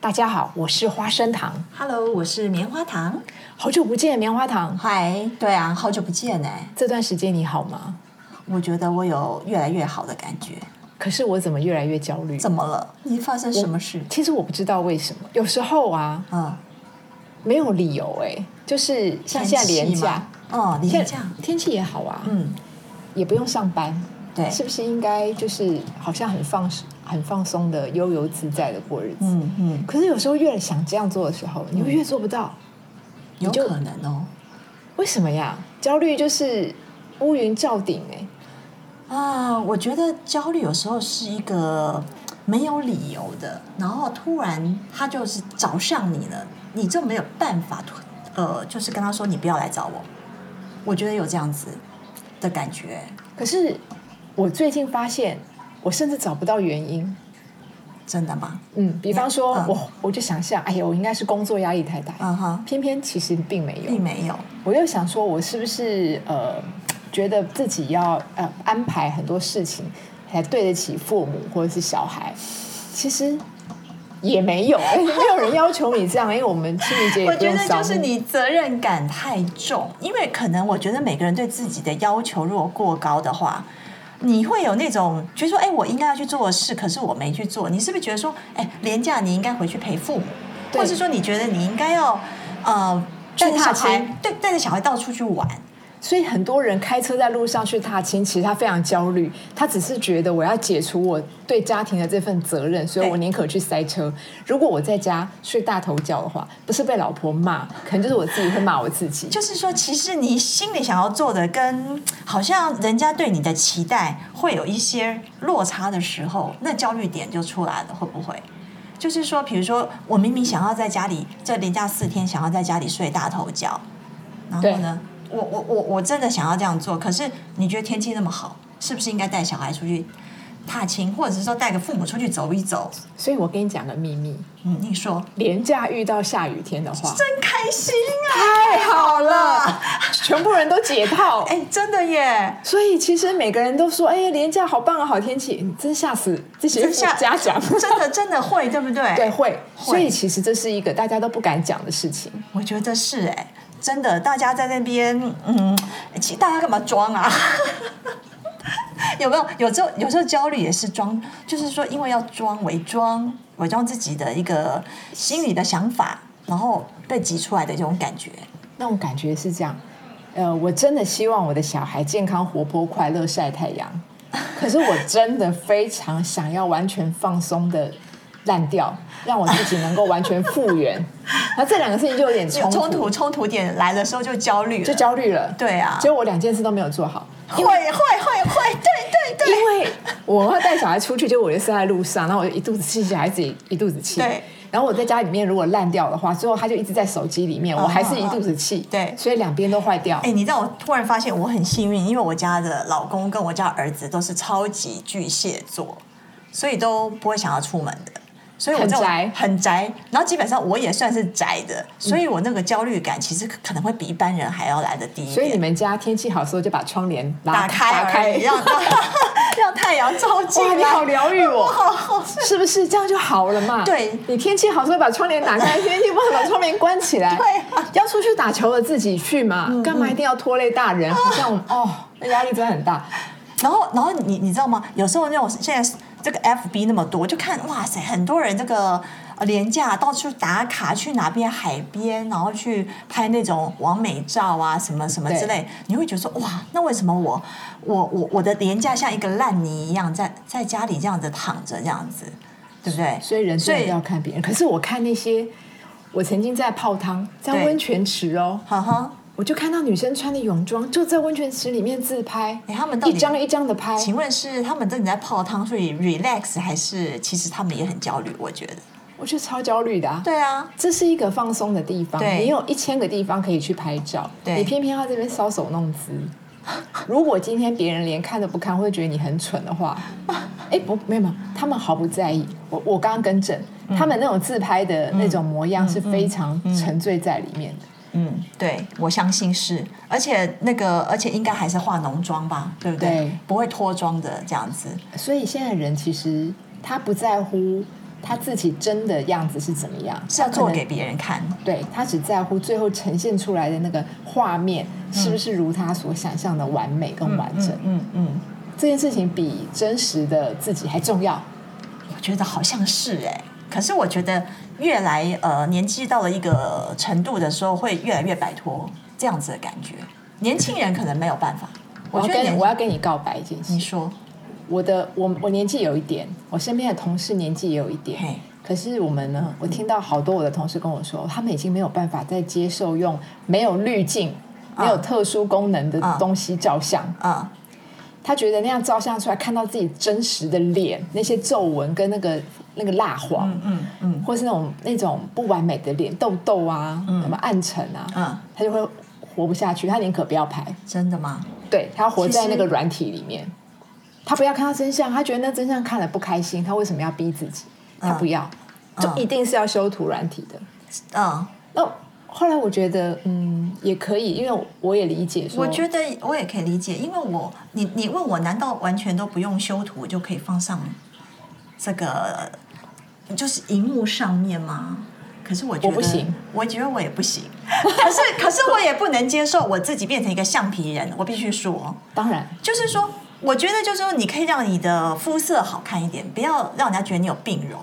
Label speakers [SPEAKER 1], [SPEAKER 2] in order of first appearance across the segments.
[SPEAKER 1] 大家好，我是花生糖，
[SPEAKER 2] Hello，我是棉花糖。
[SPEAKER 1] 好久不见，棉花糖。
[SPEAKER 2] 嗨，对啊，好久不见哎、
[SPEAKER 1] 这段时间你好吗？
[SPEAKER 2] 我觉得我有越来越好的感觉。
[SPEAKER 1] 可是我怎么越来越焦虑？
[SPEAKER 2] 怎么了？你发生什么事？
[SPEAKER 1] 其实我不知道为什么，有时候啊
[SPEAKER 2] 嗯，
[SPEAKER 1] 没有理由哎、就是像现在
[SPEAKER 2] 天
[SPEAKER 1] 廉
[SPEAKER 2] 气
[SPEAKER 1] 价
[SPEAKER 2] 吗，？哦，
[SPEAKER 1] 现
[SPEAKER 2] 廉
[SPEAKER 1] 在
[SPEAKER 2] 价。
[SPEAKER 1] 天气也好啊，
[SPEAKER 2] 嗯，
[SPEAKER 1] 也不用上班，
[SPEAKER 2] 对，
[SPEAKER 1] 是不是应该就是好像很放很放松的悠游自在的过日子？
[SPEAKER 2] 嗯嗯，
[SPEAKER 1] 可是有时候越想这样做的时候，你会越做不到，
[SPEAKER 2] 有
[SPEAKER 1] 就
[SPEAKER 2] 可能哦。
[SPEAKER 1] 为什么呀？焦虑就是乌云罩顶哎、
[SPEAKER 2] 啊，我觉得焦虑有时候是一个没有理由的，然后突然他就是找上你了，你就没有办法，呃，就是跟他说你不要来找我。我觉得有这样子的感觉。
[SPEAKER 1] 可是我最近发现，我甚至找不到原因。
[SPEAKER 2] 真的吗？
[SPEAKER 1] 嗯，比方说，
[SPEAKER 2] 嗯
[SPEAKER 1] 我我就想象，哎呀，我应该是工作压力太大，
[SPEAKER 2] 嗯哼，
[SPEAKER 1] 偏偏其实并没有
[SPEAKER 2] 并。没有。
[SPEAKER 1] 我又想说，我是不是呃，觉得自己要呃安排很多事情，才对得起父母或者是小孩？其实也没有，哎没有人要求你这样，哎因为我们清明节也
[SPEAKER 2] 我
[SPEAKER 1] 不
[SPEAKER 2] 觉
[SPEAKER 1] 用
[SPEAKER 2] 得
[SPEAKER 1] 扫
[SPEAKER 2] 就是
[SPEAKER 1] 墓
[SPEAKER 2] 你责任感太重，因为可能我觉得每个人对自己的要求如果过高的话，你会有那种觉得说，哎、我应该要去做的事，可是我没去做，你是不是觉得说，哎、廉价你应该回去陪父母，
[SPEAKER 1] 对
[SPEAKER 2] 或是说你觉得你应该要呃
[SPEAKER 1] 去
[SPEAKER 2] 带着
[SPEAKER 1] 踏
[SPEAKER 2] 小
[SPEAKER 1] 青
[SPEAKER 2] 孩，对，带着小孩到处去玩，
[SPEAKER 1] 所以很多人开车在路上去踏青，其实他非常焦虑，他只是觉得我要解除我对家庭的这份责任，所以
[SPEAKER 2] 对
[SPEAKER 1] 我宁可去塞车。如果我在家睡大头觉的话，不是被老婆骂，可能就是我自己会骂我自己。
[SPEAKER 2] 就是说，其实你心里想要做的跟好像人家对你的期待会有一些落差的时候，那焦虑点就出来了，会不会？就是说，比如说，我明明想要在家里这连假四天，想要在家里睡大头觉，然后呢，我我我我真的想要这样做，可是你觉得天气那么好，是不是应该带小孩出去踏青，或者是说带个父母出去走一走？
[SPEAKER 1] 所以我跟你讲个秘密，
[SPEAKER 2] 嗯，你说
[SPEAKER 1] 廉价遇到下雨天的 话，
[SPEAKER 2] 真开心啊！
[SPEAKER 1] 太好了，全部人都解套。
[SPEAKER 2] 哎，真的耶！
[SPEAKER 1] 所以其实每个人都说，哎呀，廉价好棒啊，好天气，你真吓死这些
[SPEAKER 2] 真吓
[SPEAKER 1] 家长。
[SPEAKER 2] 真的真的会，对不对？
[SPEAKER 1] 对，会，所以其实这是一个大家都不敢讲的事情。
[SPEAKER 2] 我觉得是哎、真的，大家在那边，嗯，其大家干嘛装啊？ 有没有？有时候有时候焦虑也是装，就是说因为要装伪装，伪装自己的一个心里的想法，然后被挤出来的这种感觉。
[SPEAKER 1] 那种感觉是这样，呃，我真的希望我的小孩健康、活泼、快乐、晒太阳。可是我真的非常想要完全放松的烂掉，让我自己能够完全复 原。然后这两个事情就有点冲突，
[SPEAKER 2] 冲突冲突点来的时候就焦虑了，
[SPEAKER 1] 就焦虑了。
[SPEAKER 2] 对啊
[SPEAKER 1] 结果我两件事都没有做好，
[SPEAKER 2] 会会会会，对对对。
[SPEAKER 1] 因为我要带小孩出去，就我就是在路上，然后我就一肚子气，小孩子也一肚子气。
[SPEAKER 2] 对。
[SPEAKER 1] 然后我在家里面如果烂掉的话，最后他就一直在手机里面，我还是一肚子气。
[SPEAKER 2] 嗯对
[SPEAKER 1] 所以两边都坏掉
[SPEAKER 2] 哎、。你知道我突然发现我很幸运，因为我家的老公跟我家儿子都是超级巨蟹座，所以都不会想要出门的，所以我
[SPEAKER 1] 很
[SPEAKER 2] 这种
[SPEAKER 1] 宅嗯
[SPEAKER 2] 很宅。然后基本上我也算是宅的，所以我那个焦虑感其实可能会比一般人还要来的低一
[SPEAKER 1] 所以你
[SPEAKER 2] 点。
[SPEAKER 1] 们家天气好的时候就把窗帘拉
[SPEAKER 2] 打开
[SPEAKER 1] 打开
[SPEAKER 2] 而已，让让 让太阳照
[SPEAKER 1] 哇，
[SPEAKER 2] 进
[SPEAKER 1] 你好
[SPEAKER 2] 来。
[SPEAKER 1] 疗愈 我，是不是这样就好了嘛？
[SPEAKER 2] 对
[SPEAKER 1] 你天气好的时候把窗帘打 开，天气不好把窗帘关起来。
[SPEAKER 2] 对啊嗯
[SPEAKER 1] 要出去打球的自己去嘛，干嘛一定要拖累大 人？好像哦，那压力真的很大。
[SPEAKER 2] 然后，然后你你知道吗？有时候那种现在这个 FB 那么多，就看哇塞，很多人这个呃廉价到处打卡，去哪边海边，然后去拍那种完美照啊，什么什么之类，你会觉得说哇，那为什么我我我我的廉价像一个烂泥一样在在家里这样子躺着这样子，对不对？
[SPEAKER 1] 所以人
[SPEAKER 2] 所
[SPEAKER 1] 真的
[SPEAKER 2] 以
[SPEAKER 1] 不要看别人。可是我看那些，我曾经在泡汤，在
[SPEAKER 2] 对
[SPEAKER 1] 温泉池哦，
[SPEAKER 2] 哈哈，
[SPEAKER 1] 我就看到女生穿的泳装就在温泉池里面自拍，
[SPEAKER 2] 哎他们到
[SPEAKER 1] 一
[SPEAKER 2] 底
[SPEAKER 1] 张一张的拍，
[SPEAKER 2] 请问是他们真的在泡汤，所以 relax 还是其实他们也很焦虑？我觉得，
[SPEAKER 1] 我觉得超焦虑的啊。
[SPEAKER 2] 对啊，
[SPEAKER 1] 这是一个放松的地方，
[SPEAKER 2] 对
[SPEAKER 1] 你有一千个地方可以去拍照，
[SPEAKER 2] 对
[SPEAKER 1] 你偏偏要这边搔首弄姿。 如果今天别人连看都不看，会觉得你很蠢的 话，哎，不，没有，没有，他们毫不在意。我我刚刚更正，
[SPEAKER 2] 嗯
[SPEAKER 1] 他们那种自拍的那种模样是非常沉醉在里面的。
[SPEAKER 2] 嗯，对，我相信是，而且那个，而且应该还是化浓妆吧，对不对？
[SPEAKER 1] 对啊
[SPEAKER 2] 不会脱妆的这样子。
[SPEAKER 1] 所以现在人其实他不在乎他自己真的样子是怎么样，
[SPEAKER 2] 是要
[SPEAKER 1] 他
[SPEAKER 2] 做
[SPEAKER 1] 可能
[SPEAKER 2] 给别人看。
[SPEAKER 1] 对他只在乎最后呈现出来的那个画面是不是如他所想象的完美跟完整。
[SPEAKER 2] 嗯嗯，
[SPEAKER 1] 这件事情比真实的自己还重要。
[SPEAKER 2] 我觉得好像是哎、可是我觉得越来呃年纪到了一个呃程度的时候，会越来越摆脱这样子的感觉。年轻人可能没有办法，
[SPEAKER 1] 我
[SPEAKER 2] 我
[SPEAKER 1] 要
[SPEAKER 2] 觉得
[SPEAKER 1] 跟你
[SPEAKER 2] 年
[SPEAKER 1] 我要跟你告白一件事
[SPEAKER 2] 你，说，
[SPEAKER 1] 我的我我年纪有一点，我身边的同事年纪也有一点
[SPEAKER 2] 嘿，
[SPEAKER 1] 可是我们呢，我听到好多我的同事跟我说，他们已经没有办法再接受用没有滤镜、没有特殊功能的
[SPEAKER 2] 啊
[SPEAKER 1] 东西照相，
[SPEAKER 2] 嗯
[SPEAKER 1] 他觉得那样照相出来看到自己真实的脸，那些皱纹跟那个那个蜡黄，
[SPEAKER 2] 嗯嗯
[SPEAKER 1] 或是那种那种不完美的脸痘痘啊，什么暗沉啊，
[SPEAKER 2] 嗯，
[SPEAKER 1] 他就会活不下去，他宁可不要拍，
[SPEAKER 2] 真的吗？
[SPEAKER 1] 对他活在
[SPEAKER 2] 其实
[SPEAKER 1] 那个软体里面，他不要看到真相，他觉得那真相看了不开心，他为什么要逼自己？他不要，就一定是要修图软体的。
[SPEAKER 2] 嗯，
[SPEAKER 1] 那后来我觉得，嗯，也可以，因为我也理解说，
[SPEAKER 2] 我觉得我也可以理解，因为我你你问我，难道完全都不用修图就可以放上这个就是荧幕上面吗？可是我觉得
[SPEAKER 1] 我不行，
[SPEAKER 2] 我觉得我也不行。可是可是我也不能接受我自己变成一个橡皮人，我必须说，
[SPEAKER 1] 当然
[SPEAKER 2] 就是说，我觉得就是说，你可以让你的肤色好看一点，不要让人家觉得你有病容。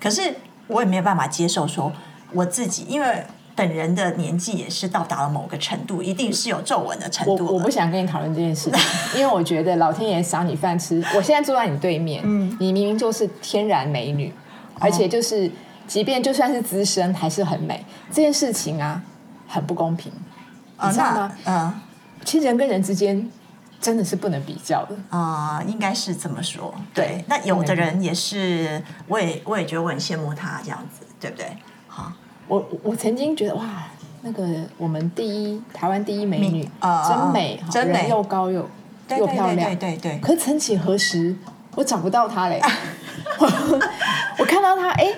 [SPEAKER 2] 可是我也没有办法接受说我自己，因为本人的年纪也是到达了某个程度，一定是有皱纹的程
[SPEAKER 1] 我
[SPEAKER 2] 度
[SPEAKER 1] 我
[SPEAKER 2] 了
[SPEAKER 1] 不想跟你讨论这件事情，因为我觉得老天爷赏你饭吃。我现在坐在你对面，嗯，你明明就是天然美女，而
[SPEAKER 2] 哦
[SPEAKER 1] 且就是即便就算是资深还是很美，这件事情啊很不公平。
[SPEAKER 2] 啊、
[SPEAKER 1] 你知道
[SPEAKER 2] 那
[SPEAKER 1] 吗
[SPEAKER 2] 呃
[SPEAKER 1] 其实人跟人之间真的是不能比较的。
[SPEAKER 2] 呃，应该是这么说。
[SPEAKER 1] 对
[SPEAKER 2] 对，那有的人也是，我也我也觉得我很羡慕他这样子，对不对？好，
[SPEAKER 1] 我我曾经觉得哇，那个我们第一台湾第一美女
[SPEAKER 2] 美，呃
[SPEAKER 1] 真美，
[SPEAKER 2] 呃真美
[SPEAKER 1] 人又高又
[SPEAKER 2] 对
[SPEAKER 1] 又
[SPEAKER 2] 对
[SPEAKER 1] 漂
[SPEAKER 2] 对
[SPEAKER 1] 亮
[SPEAKER 2] 对。对对，
[SPEAKER 1] 可曾几何时，我找不到她嘞。 我我看到她，哎、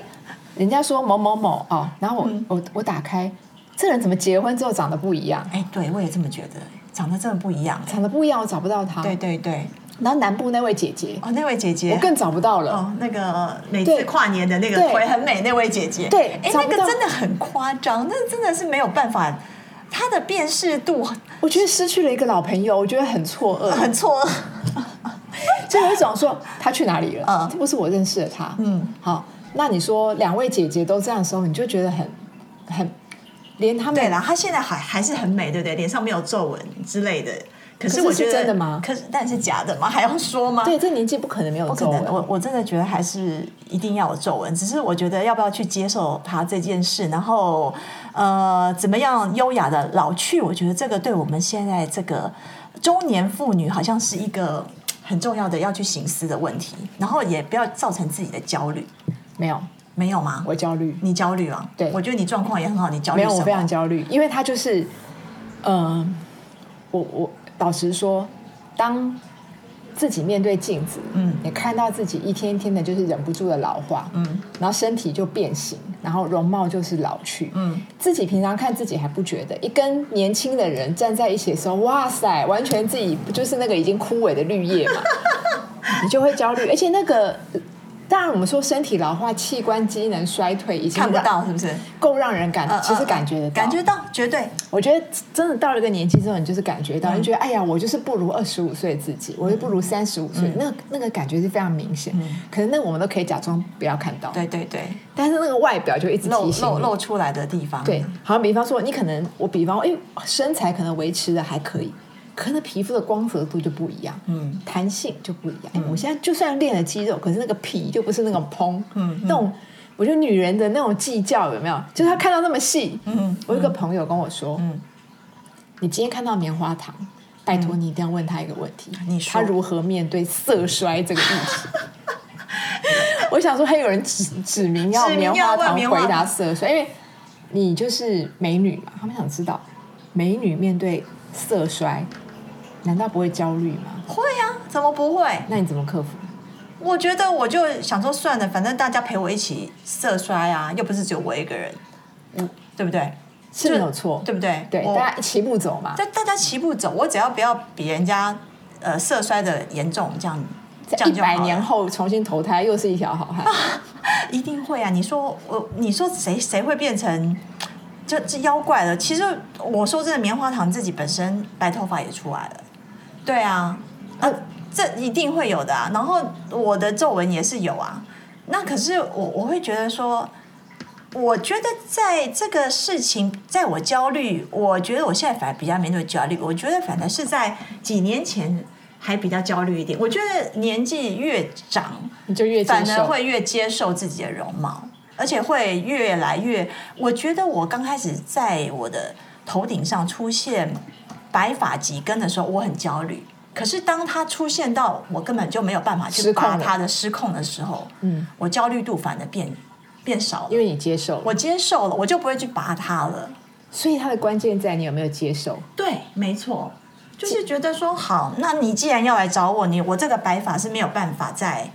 [SPEAKER 1] 人家说某某某哦，然后我、
[SPEAKER 2] 嗯
[SPEAKER 1] 我我打开，这人怎么结婚之后长得不一样？
[SPEAKER 2] 哎，对我也这么觉得，长得真的不一样。
[SPEAKER 1] 长得不一样，我找不到她。
[SPEAKER 2] 对对对，
[SPEAKER 1] 然后南部那位姐姐，
[SPEAKER 2] 哦，那位姐姐，
[SPEAKER 1] 我更找不到了。
[SPEAKER 2] 哦，那个每
[SPEAKER 1] 嗯对
[SPEAKER 2] 次跨年的那个
[SPEAKER 1] 对
[SPEAKER 2] 腿很美那位姐姐，
[SPEAKER 1] 对
[SPEAKER 2] 哎，
[SPEAKER 1] 找
[SPEAKER 2] 那
[SPEAKER 1] 不
[SPEAKER 2] 个
[SPEAKER 1] 到
[SPEAKER 2] 真的很夸张，那真的是没有办法，她的辨识度
[SPEAKER 1] 我觉得失去了一个老朋友，我觉得很错愕。
[SPEAKER 2] 很错愕。
[SPEAKER 1] 嗯就有一种说他去哪里了，
[SPEAKER 2] 嗯
[SPEAKER 1] 这不是我认识的他，
[SPEAKER 2] 嗯，
[SPEAKER 1] 好，那你说两位姐姐都这样的时候，你就觉得很很，连他
[SPEAKER 2] 对
[SPEAKER 1] 们
[SPEAKER 2] 啦，她现在还还是很美，对不对？脸上没有皱纹之类的。可
[SPEAKER 1] 可
[SPEAKER 2] 是
[SPEAKER 1] 是
[SPEAKER 2] 我觉得
[SPEAKER 1] 是真的吗
[SPEAKER 2] 可是但是假的吗？还要说吗？
[SPEAKER 1] 对这年纪不可能没有
[SPEAKER 2] 不可
[SPEAKER 1] 皱
[SPEAKER 2] 能，
[SPEAKER 1] 纹，
[SPEAKER 2] 我我真的觉得还是一定要有皱纹，只是我觉得要不要去接受它这件事，然后呃，怎么样优雅的老去，我觉得这个对我们现在这个中年妇女好像是一个很重要的要去醒思的问题，然后也不要造成自己的焦虑，
[SPEAKER 1] 没有，
[SPEAKER 2] 没有吗？
[SPEAKER 1] 我焦虑，
[SPEAKER 2] 你焦虑啊？
[SPEAKER 1] 对
[SPEAKER 2] 我觉得你状况也很好，你焦虑
[SPEAKER 1] 没
[SPEAKER 2] 什
[SPEAKER 1] 有，
[SPEAKER 2] 么？
[SPEAKER 1] 我非常焦虑，因为他就是，嗯、我我老实说，当自己面对镜子，
[SPEAKER 2] 嗯
[SPEAKER 1] 你看到自己一天一天的，就是忍不住的老化，
[SPEAKER 2] 嗯
[SPEAKER 1] 然后身体就变形，然后容貌就是老去，
[SPEAKER 2] 嗯，
[SPEAKER 1] 自己平常看自己还不觉得，一跟年轻的人站在一起的时候，哇塞，完全自己不就是那个已经枯萎的绿叶 嘛，你就会焦虑，而且那个。当然，我们说身体老化、器官机能衰退，已经
[SPEAKER 2] 看不
[SPEAKER 1] 让
[SPEAKER 2] 到是不是？
[SPEAKER 1] 够让人感，
[SPEAKER 2] 嗯
[SPEAKER 1] 其实
[SPEAKER 2] 嗯
[SPEAKER 1] 感觉得到。
[SPEAKER 2] 感觉到，绝对
[SPEAKER 1] 我觉得真的到了一个年纪之后，你就是感觉到，
[SPEAKER 2] 嗯
[SPEAKER 1] 你就觉得哎呀，我就是不如二十五岁自己，我就不如三十五岁，
[SPEAKER 2] 嗯
[SPEAKER 1] 那那个感觉是非常明显。可是那我们都可以假装不要看到，
[SPEAKER 2] 对对对，
[SPEAKER 1] 但是那个外表就一直
[SPEAKER 2] 露
[SPEAKER 1] 提醒
[SPEAKER 2] 露
[SPEAKER 1] 你
[SPEAKER 2] 露出来的地方，
[SPEAKER 1] 对，好像比方说，你可能我比方，哎，身材可能维持的还可以，可能皮肤的光泽度就不一样，
[SPEAKER 2] 嗯，
[SPEAKER 1] 弹性就不一样。哎，我现在就算练了肌肉，可是那个皮就不是那种蓬，
[SPEAKER 2] 嗯嗯
[SPEAKER 1] 那种我觉得女人的那种计较有没有？就是她看到那么细，
[SPEAKER 2] 嗯
[SPEAKER 1] 我有一个朋友跟我说，
[SPEAKER 2] 嗯，
[SPEAKER 1] 你今天看到棉花糖，拜托你一定要问他一个问题，
[SPEAKER 2] 你说
[SPEAKER 1] 他如何面对色衰这个议题？我想说，还有人指指明要
[SPEAKER 2] 指明
[SPEAKER 1] 棉
[SPEAKER 2] 要
[SPEAKER 1] 花糖
[SPEAKER 2] 问棉花
[SPEAKER 1] 回答
[SPEAKER 2] 糖
[SPEAKER 1] 色衰，因为你就是美女嘛，他们想知道美女面对色衰，难道不会焦虑吗？
[SPEAKER 2] 会啊，怎么不会？
[SPEAKER 1] 那你怎么克服？
[SPEAKER 2] 我觉得我就想说算了，反正大家陪我一起色衰啊，又不是只有我一个人，嗯，对不对？
[SPEAKER 1] 是没有错，
[SPEAKER 2] 对不对？
[SPEAKER 1] 对，
[SPEAKER 2] 我
[SPEAKER 1] 大家一起步走嘛。
[SPEAKER 2] 大大家齐步走，我只要不要比人家呃色衰的严重，这样这
[SPEAKER 1] 在一
[SPEAKER 2] 样就好
[SPEAKER 1] 百
[SPEAKER 2] 了啊
[SPEAKER 1] 年后重新投胎又是一条好汉。
[SPEAKER 2] 一定会啊！你说我，你说谁谁会变成就这妖怪了？其实我说真的，棉花糖自己本身白头发也出来了，对啊，啊，这一定会有的啊。然后我的皱纹也是有啊。那可是我我会觉得说，我觉得在这个事情，在我焦虑，我觉得我现在反而比较没那么焦虑，我觉得反而是在几年前还比较焦虑一点。我觉得年纪越长，
[SPEAKER 1] 你就越接
[SPEAKER 2] 反而
[SPEAKER 1] 受，
[SPEAKER 2] 会越接受自己的容貌，而且会越来越。我觉得我刚开始在我的头顶上出现白发及根的时候，我很焦虑。可是当它出现到我根本就没有办法去
[SPEAKER 1] 失控
[SPEAKER 2] 拔
[SPEAKER 1] 了
[SPEAKER 2] 它的失控的时候，
[SPEAKER 1] 嗯，
[SPEAKER 2] 我焦虑度反而变变少了
[SPEAKER 1] 因。为你接受了，
[SPEAKER 2] 我接受了，我就不会去拔它了。
[SPEAKER 1] 所以它的关键在你有没有接受。
[SPEAKER 2] 对，没错，就是觉得说好，那你既然要来找我，你我这个白发是没有办法再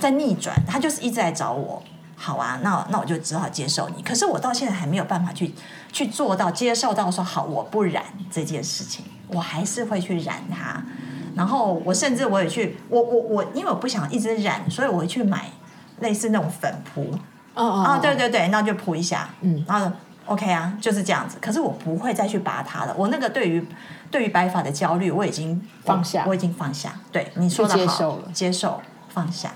[SPEAKER 2] 再逆转，他就是一直来找我。好啊，那那我就只好接受你。可是我到现在还没有办法去去做到接受到说好，我不染这件事情，我还是会去染它。然后我甚至我也去，我我我，因为我不想一直染，所以我会去买类似那种粉扑，
[SPEAKER 1] 哦哦
[SPEAKER 2] 啊，对，对对，那就扑一下，
[SPEAKER 1] 嗯
[SPEAKER 2] 然后 OK 啊，就是这样子。可是我不会再去拔它了，我那个对于对于白发的焦虑，我已经
[SPEAKER 1] 放下
[SPEAKER 2] 我，我已经放下。对你说的好，
[SPEAKER 1] 去接受了
[SPEAKER 2] 接受放下。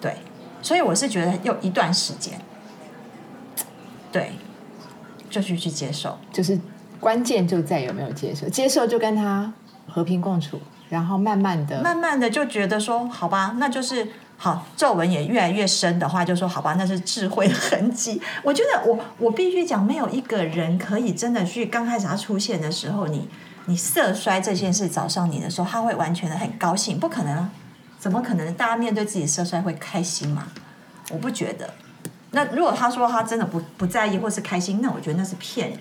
[SPEAKER 2] 对，所以我是觉得有一段时间，对，就去去接受。
[SPEAKER 1] 就是关键就在有没有接受，接受就跟他和平共处，然后慢慢的，
[SPEAKER 2] 慢慢的就觉得说，好吧，那就是好，皱纹也越来越深的话，就说好吧，那是智慧的痕迹。我觉得我我必须讲，没有一个人可以真的去刚开始他出现的时候，你你色衰这件事找上你的时候，他会完全的很高兴，不可能啊，怎么可能？大家面对自己色衰会开心吗？我不觉得。那如果他说他真的不不在意或是开心，那我觉得那是骗人。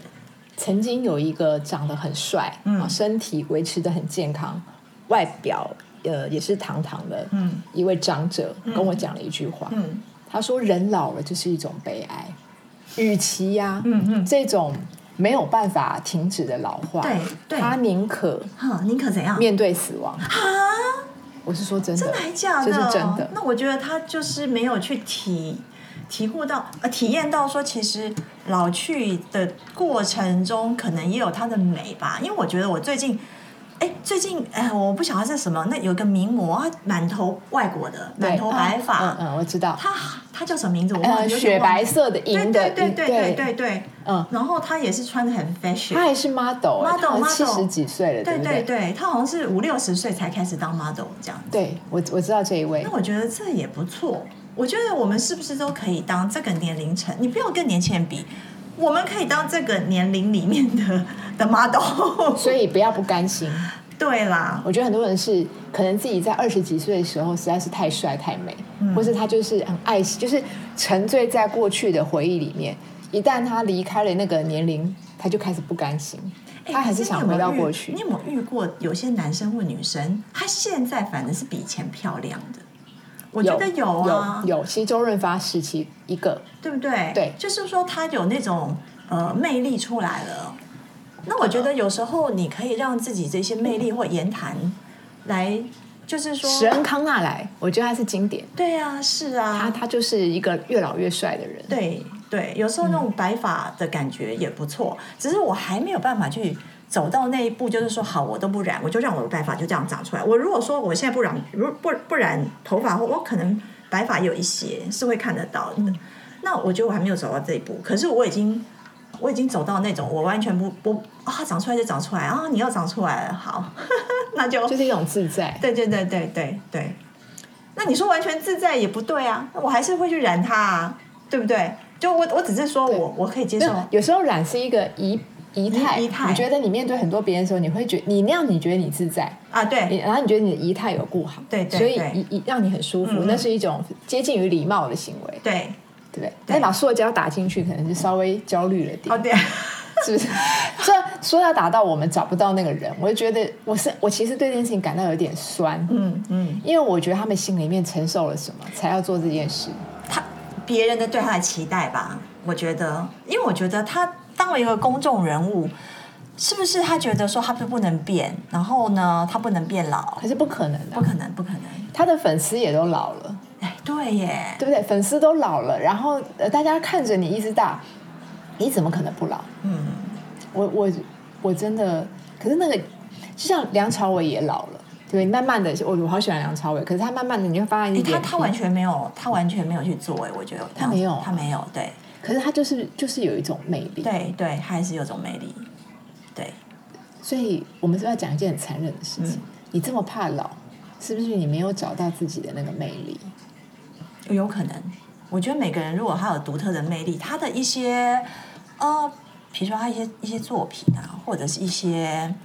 [SPEAKER 1] 曾经有一个长得很帅，
[SPEAKER 2] 嗯
[SPEAKER 1] 啊身体维持的很健康，外表呃也是堂堂的，
[SPEAKER 2] 嗯
[SPEAKER 1] 一位长者跟我讲了一句话，
[SPEAKER 2] 嗯
[SPEAKER 1] 他说：“人老了就是一种悲哀，与其呀、
[SPEAKER 2] 嗯嗯，
[SPEAKER 1] 这种没有办法停止的老化，
[SPEAKER 2] 对对
[SPEAKER 1] 他宁可
[SPEAKER 2] 哈，宁可怎样？
[SPEAKER 1] 面对死亡。”我是说真的，
[SPEAKER 2] 真的还假的？
[SPEAKER 1] 这是真的
[SPEAKER 2] 那我觉得他就是没有去体体悟到呃体验到说，其实老去的过程中，可能也有它的美吧。因为我觉得我最近，哎，最近哎，我不晓得是什么，那有一个名模，她满头外国的，
[SPEAKER 1] 对
[SPEAKER 2] 满头白发，
[SPEAKER 1] 嗯嗯，我知道，
[SPEAKER 2] 她她叫什么名字？我忘了，
[SPEAKER 1] 呃，
[SPEAKER 2] 有点
[SPEAKER 1] 雪白
[SPEAKER 2] 忘了
[SPEAKER 1] 色的银的，
[SPEAKER 2] 对对对对
[SPEAKER 1] 对
[SPEAKER 2] 对对，
[SPEAKER 1] 嗯，
[SPEAKER 2] 然后她也是穿的很 fashion，
[SPEAKER 1] 他还是 model，哎
[SPEAKER 2] model，
[SPEAKER 1] 他
[SPEAKER 2] model
[SPEAKER 1] 七十几岁了，
[SPEAKER 2] 对
[SPEAKER 1] 不
[SPEAKER 2] 对对，她好像是五六十岁才开始当 model 这样子。
[SPEAKER 1] 对，我我知道这一位
[SPEAKER 2] 那，我觉得这也不错。我觉得我们是不是都可以当这个年龄层？你不要跟年轻人比，我们可以当这个年龄里面的的 model。
[SPEAKER 1] 所以不要不甘心。
[SPEAKER 2] 对啦，
[SPEAKER 1] 我觉得很多人是可能自己在二十几岁的时候实在是太帅太美，
[SPEAKER 2] 嗯
[SPEAKER 1] 或是他就是很爱惜，就是沉醉在过去的回忆里面。一旦他离开了那个年龄，他就开始不甘心，
[SPEAKER 2] 哎
[SPEAKER 1] 他还
[SPEAKER 2] 可
[SPEAKER 1] 是
[SPEAKER 2] 你有
[SPEAKER 1] 想
[SPEAKER 2] 没
[SPEAKER 1] 回
[SPEAKER 2] 有
[SPEAKER 1] 到
[SPEAKER 2] 遇
[SPEAKER 1] 过去
[SPEAKER 2] 你。有没有遇过有些男生或女生，他现在反而是比以前漂亮的？我觉得有啊，
[SPEAKER 1] 有有，其实周润发时期一个，
[SPEAKER 2] 对不对？
[SPEAKER 1] 对
[SPEAKER 2] 就是说他有那种呃魅力出来了。那我觉得有时候你可以让自己这些魅力或言谈来，就是说
[SPEAKER 1] 史恩康纳莱，我觉得他是经典，
[SPEAKER 2] 对啊，是
[SPEAKER 1] 他
[SPEAKER 2] 啊，
[SPEAKER 1] 他就是一个越老越帅的人。
[SPEAKER 2] 对对，有时候那种白发的感觉也不错，只是我还没有办法去走到那一步，就是说好，我都不染，我就让我的白发就这样长出来。我如果说我现在不染，如不不染头发，我我可能白发有一些是会看得到的。那我觉得我还没有走到这一步，可是我已经。我已经走到那种我完全不不啊，长出来就长出来啊，你要长出来了，好， 那就
[SPEAKER 1] 就是一种自在，
[SPEAKER 2] 对对对对对对。那你说完全自在也不对啊，我还是会去染它啊，对不对？就我我只是说
[SPEAKER 1] 对
[SPEAKER 2] 我我可以接
[SPEAKER 1] 没
[SPEAKER 2] 受
[SPEAKER 1] 有，有时候染是一个仪仪态，
[SPEAKER 2] 仪态
[SPEAKER 1] 你觉得你面对很多别人的时候，你会觉你那样，你觉得你自在，
[SPEAKER 2] 啊，
[SPEAKER 1] 你
[SPEAKER 2] 对
[SPEAKER 1] 然后你觉得你的仪态有顾好，
[SPEAKER 2] 对对
[SPEAKER 1] 所以
[SPEAKER 2] 对
[SPEAKER 1] 一一让你很舒服，
[SPEAKER 2] 嗯嗯
[SPEAKER 1] 那是一种接近于礼貌的行为，
[SPEAKER 2] 对
[SPEAKER 1] 对不对？但把塑胶打进去，可能就稍微焦虑了点，
[SPEAKER 2] 哦对，
[SPEAKER 1] 是不 是？这说要打到我们找不到那个人，我就觉得我是我其实对这件事情感到有点酸，
[SPEAKER 2] 嗯嗯，
[SPEAKER 1] 因为我觉得他们心里面承受了什么，才要做这件事。
[SPEAKER 2] 他别人的对他的期待吧，我觉得，因为我觉得他当为一个公众人物，是不是他觉得说他不不能变，然后呢，他不能变老？
[SPEAKER 1] 可是不可能的、
[SPEAKER 2] 不可能，不可能！
[SPEAKER 1] 他的粉丝也都老了，
[SPEAKER 2] 哎，对耶，
[SPEAKER 1] 对不对？粉丝都老了，然后呃，大家看着你一直大，你怎么可能不老？
[SPEAKER 2] 嗯，
[SPEAKER 1] 我我我真的，可是那个就像梁朝伟也老了，对，慢慢的，我我好喜欢梁朝伟，可是他慢慢的你会发现一
[SPEAKER 2] 哎，
[SPEAKER 1] 点，
[SPEAKER 2] 他他完全没有，他完全没有去做哎，我觉得
[SPEAKER 1] 他没有
[SPEAKER 2] 他没有，对
[SPEAKER 1] 可是他就是就是有一种魅力，
[SPEAKER 2] 对对，他还是有种魅力，对，
[SPEAKER 1] 所以我们是不是要讲一件很残忍的事情，
[SPEAKER 2] 嗯
[SPEAKER 1] 你这么怕老，是不是你没有找到自己的那个魅力？
[SPEAKER 2] 有可能。我觉得每个人如果他有独特的魅力，他的一些呃，比如说他一些一些作品啊，或者是一些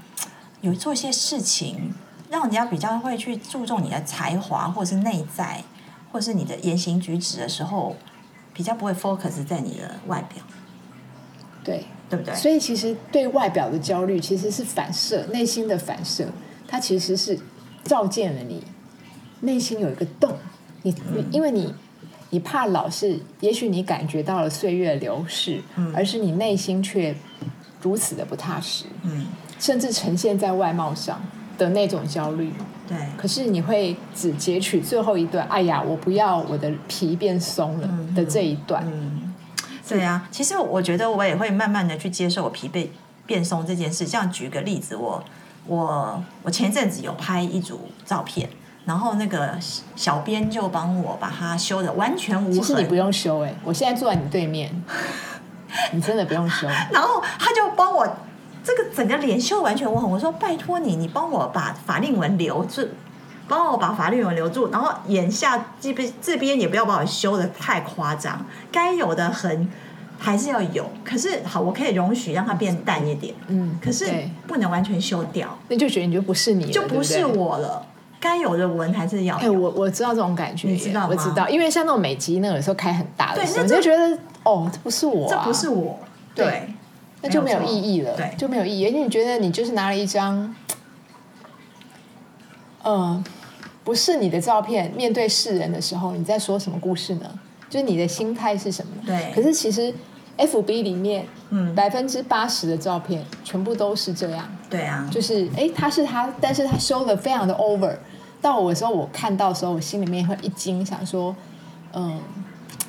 [SPEAKER 2] 有做一些事情，让人家比较会去注重你的才华，或者是内在，或者是你的言行举止的时候，比较不会 focus 在你的外表，
[SPEAKER 1] 对，
[SPEAKER 2] 对不对？
[SPEAKER 1] 所以其实对外表的焦虑其实是反射，内心的反射，它其实是照见了你内心有一个洞，你
[SPEAKER 2] 嗯
[SPEAKER 1] 你因为你你怕老是，也许你感觉到了岁月流逝，
[SPEAKER 2] 嗯
[SPEAKER 1] 而是你内心却如此的不踏实，
[SPEAKER 2] 嗯，
[SPEAKER 1] 甚至呈现在外貌上的那种焦虑。
[SPEAKER 2] 对，
[SPEAKER 1] 可是你会只截取最后一段，哎呀，我不要我的皮变松了的这一段，
[SPEAKER 2] 嗯，对啊。其实我觉得我也会慢慢的去接受我疲惫变松这件事。这样举个例子，我我我前阵子有拍一组照片，然后那个小编就帮我把它修的完全无
[SPEAKER 1] 其实你不
[SPEAKER 2] 痕，
[SPEAKER 1] 用修哎、我现在坐在你对 面，你真的不用修。
[SPEAKER 2] 然后他就帮我。这个整个脸修得完全无痕，我说拜托你，你帮我把法令纹留住，帮我把法令纹留住，然后眼下这边这边也不要把我修的太夸张，该有的痕还是要有。可是好，我可以容许让它变淡一点，
[SPEAKER 1] 嗯，
[SPEAKER 2] 可是
[SPEAKER 1] 对
[SPEAKER 2] 不能完全修掉，
[SPEAKER 1] 那就觉得你就不是你了，
[SPEAKER 2] 就不是
[SPEAKER 1] 对对。
[SPEAKER 2] 我了。该有的纹还是要
[SPEAKER 1] 哎、
[SPEAKER 2] 有。
[SPEAKER 1] 我我知道这种感觉耶，
[SPEAKER 2] 你知道吗
[SPEAKER 1] 我知道，因为像那种美肌，那个有时候开很大的
[SPEAKER 2] 对
[SPEAKER 1] 时候，
[SPEAKER 2] 那
[SPEAKER 1] 你
[SPEAKER 2] 这
[SPEAKER 1] 就觉得哦，这不是我、啊，
[SPEAKER 2] 这不是，我，
[SPEAKER 1] 对
[SPEAKER 2] 对，
[SPEAKER 1] 那就没有
[SPEAKER 2] 没有
[SPEAKER 1] 意
[SPEAKER 2] 错
[SPEAKER 1] 义了，
[SPEAKER 2] 对
[SPEAKER 1] 就没有意义，因为你觉得你就是拿了一张，呃，不是你的照片，面对世人的时候，你在说什么故事呢？就是你的心态是什么？
[SPEAKER 2] 对
[SPEAKER 1] 可是其实 F B 里面，
[SPEAKER 2] 嗯
[SPEAKER 1] 百分之八十的照片全部都是这样，
[SPEAKER 2] 对啊，
[SPEAKER 1] 就是哎，诶他是他，但是他修的非常的 over。到我的时候，我看到的时候，我心里面会一惊，想说，嗯，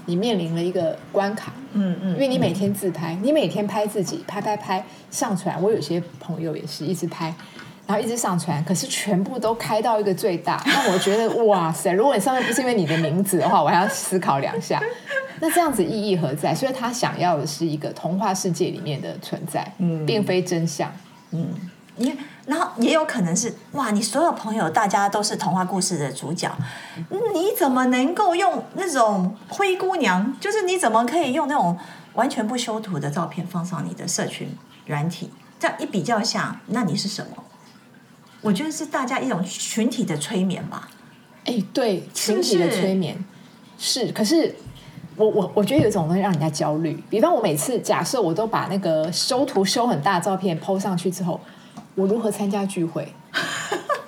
[SPEAKER 1] 你面临了一个关卡，
[SPEAKER 2] 嗯嗯，
[SPEAKER 1] 因为你每天自拍，你每天拍自己，拍拍拍上传。我有些朋友也是一直拍，然后一直上传，可是全部都开到一个最大。那我觉得哇塞，如果你上面不是因为你的名字的话，我还要思考两下。那这样子意义何在？所以他想要的是一个童话世界里面的存在，
[SPEAKER 2] 嗯
[SPEAKER 1] 并非真相。
[SPEAKER 2] 你然后也有可能是哇，你所有朋友大家都是童话故事的主角，你怎么能够用那种灰姑娘？就是你怎么可以用那种完全不修图的照片放上你的社群软体？这样一比较下，那你是什么？我觉得是大家一种群体的催眠吧。
[SPEAKER 1] 哎，对，
[SPEAKER 2] 是
[SPEAKER 1] 群
[SPEAKER 2] 不
[SPEAKER 1] 体的
[SPEAKER 2] 是
[SPEAKER 1] 催眠是，可是我我我觉得有一种东西让人家焦虑。比方我每次假设我都把那个修图修很大的照片 PO 上去之后，我如何参加聚会？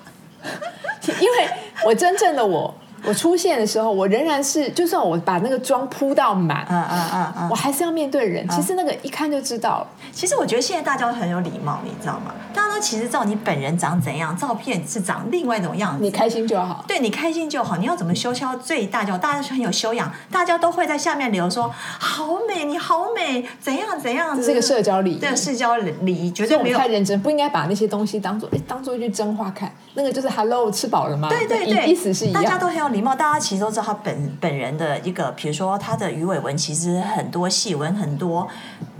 [SPEAKER 1] 因为我真正的我，我出现的时候，我仍然是，就算我把那个妆铺到满，
[SPEAKER 2] 嗯嗯嗯嗯
[SPEAKER 1] 我。还是要面对人。其实那个一看就知道了，
[SPEAKER 2] 其实我觉得现在大家都很有礼貌，你知道吗？大家都其实照你本人长怎样，照片是长另外一种样子。
[SPEAKER 1] 你开心就好。
[SPEAKER 2] 对你开心就好，你要怎么修削最大就好，大家是很有修养，大家都会在下面留说好美，你好美，怎样怎样，
[SPEAKER 1] 这是个社交礼仪
[SPEAKER 2] 这个社交礼仪
[SPEAKER 1] 所
[SPEAKER 2] 绝
[SPEAKER 1] 以
[SPEAKER 2] 对
[SPEAKER 1] 我
[SPEAKER 2] 没
[SPEAKER 1] 们
[SPEAKER 2] 有
[SPEAKER 1] 太认真，不应该把那些东西当做诶当做一句真话看。那个就是 “hello”，吃饱了吗？
[SPEAKER 2] 对对
[SPEAKER 1] 那意
[SPEAKER 2] 对，
[SPEAKER 1] 意思是一
[SPEAKER 2] 大家
[SPEAKER 1] 样。
[SPEAKER 2] 都很有礼貌，大家其实都知道他本本人的一个，比如说他的鱼尾纹其实很多，细纹很多。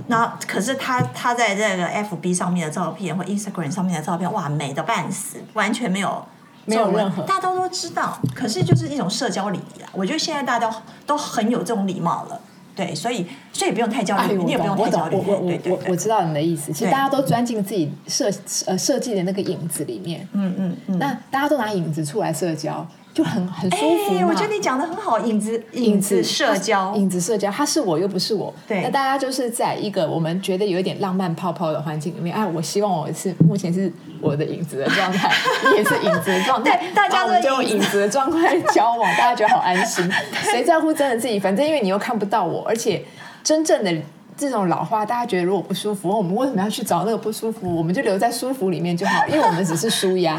[SPEAKER 2] 那可是他他在这个 FB 上面的照片或 Instagram 上面的照片，哇，美的半死，完全没有。
[SPEAKER 1] 没有任何
[SPEAKER 2] 大家都都知道，可是就是一种社交礼仪啊。我觉得现在大家都很有这种礼貌了，对，所以所以不用太焦虑，
[SPEAKER 1] 哎，我
[SPEAKER 2] 你也不
[SPEAKER 1] 懂，我
[SPEAKER 2] 用太
[SPEAKER 1] 懂，
[SPEAKER 2] 焦虑，
[SPEAKER 1] 我我我
[SPEAKER 2] 对对
[SPEAKER 1] 我我
[SPEAKER 2] 对，
[SPEAKER 1] 知道你的意思。其实
[SPEAKER 2] 对
[SPEAKER 1] 大家都钻进自己设呃设计的那个影子里面，
[SPEAKER 2] 嗯嗯嗯。
[SPEAKER 1] 那大家都拿影子出来社交，就很很舒服
[SPEAKER 2] 哎，
[SPEAKER 1] 嘛。
[SPEAKER 2] 我觉得你讲的很好，影子影子社交，
[SPEAKER 1] 影子社交，他是我又不是我。
[SPEAKER 2] 对
[SPEAKER 1] 那大家就是在一个我们觉得有一点浪漫泡泡的环境里面，哎，我希望我是目前是我的影子的状态，你也是影子的状态，
[SPEAKER 2] 对大家
[SPEAKER 1] 然后我们就
[SPEAKER 2] 都
[SPEAKER 1] 用
[SPEAKER 2] 是影子
[SPEAKER 1] 影子的状态交往， 大家觉得好安心。谁在乎真的自己？反正因为你又看不到我，而且真正的这种老话，大家觉得如果不舒服，我们为什么要去找那个不舒服？我们就留在舒服里面就好，因为我们只是舒压，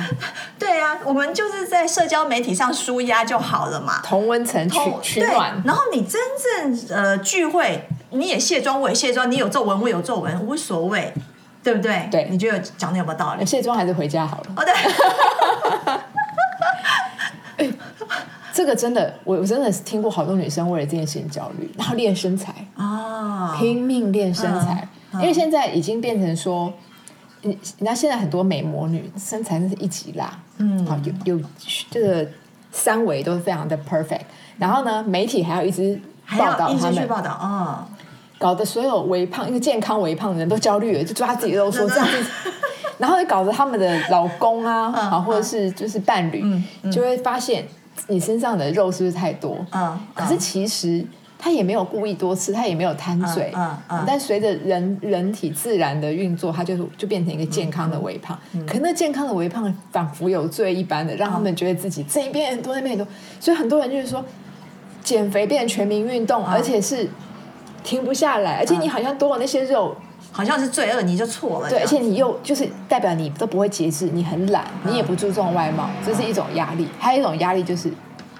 [SPEAKER 2] 对啊，我们就是在社交媒体上舒压就好了嘛。
[SPEAKER 1] 同温层取
[SPEAKER 2] 同
[SPEAKER 1] 取
[SPEAKER 2] 对
[SPEAKER 1] 暖。
[SPEAKER 2] 然后你真正呃聚会，你也卸妆，我也卸妆，你有皱纹，我有皱纹，无所谓，对不对？
[SPEAKER 1] 对
[SPEAKER 2] 你觉得讲的有没有道 理
[SPEAKER 1] 哎？卸妆还是回家好了。
[SPEAKER 2] 哦，对，
[SPEAKER 1] 这个真的，我我真的是听过好多女生为了这件事情焦虑，然后练身材，
[SPEAKER 2] 哦，
[SPEAKER 1] 拼命练身材，
[SPEAKER 2] 嗯嗯
[SPEAKER 1] 因为现在已经变成说，你你知道现在很多美魔女身材真是一级辣，
[SPEAKER 2] 嗯
[SPEAKER 1] 好有有这个三围都非常的 perfect，然后呢，媒体还要一直
[SPEAKER 2] 还
[SPEAKER 1] 报
[SPEAKER 2] 要
[SPEAKER 1] 道
[SPEAKER 2] 一
[SPEAKER 1] 他
[SPEAKER 2] 直去
[SPEAKER 1] 们，
[SPEAKER 2] 报道，哦，
[SPEAKER 1] 搞得所有微胖，因为健康微胖的人都焦虑了，就抓自己肉说
[SPEAKER 2] 真的
[SPEAKER 1] 这样子， 然后就搞得他们的老公啊，
[SPEAKER 2] 嗯
[SPEAKER 1] 啊或者是就是伴侣，就会发现你身上的肉是不是太多？
[SPEAKER 2] 嗯
[SPEAKER 1] 可是其实他也没有故意多吃，他也没有贪嘴，
[SPEAKER 2] 嗯嗯嗯
[SPEAKER 1] 但随着人人体自然的运作，它就就变成一个健康的微胖。
[SPEAKER 2] 嗯
[SPEAKER 1] 可那健康的微胖仿佛有罪一般的，让他们觉得自己这一边很多，那边很多，所以很多人就是说，减肥变成全民运
[SPEAKER 2] 嗯
[SPEAKER 1] 动，而且是停不下来，而且你好像多了那些肉，
[SPEAKER 2] 好像是罪恶，你就错了。
[SPEAKER 1] 对，而 且
[SPEAKER 2] 这样
[SPEAKER 1] 你又就是代表你都不会节制，你很懒，你
[SPEAKER 2] 嗯
[SPEAKER 1] 也不注重外貌，这是一种压力。还有一种压力就是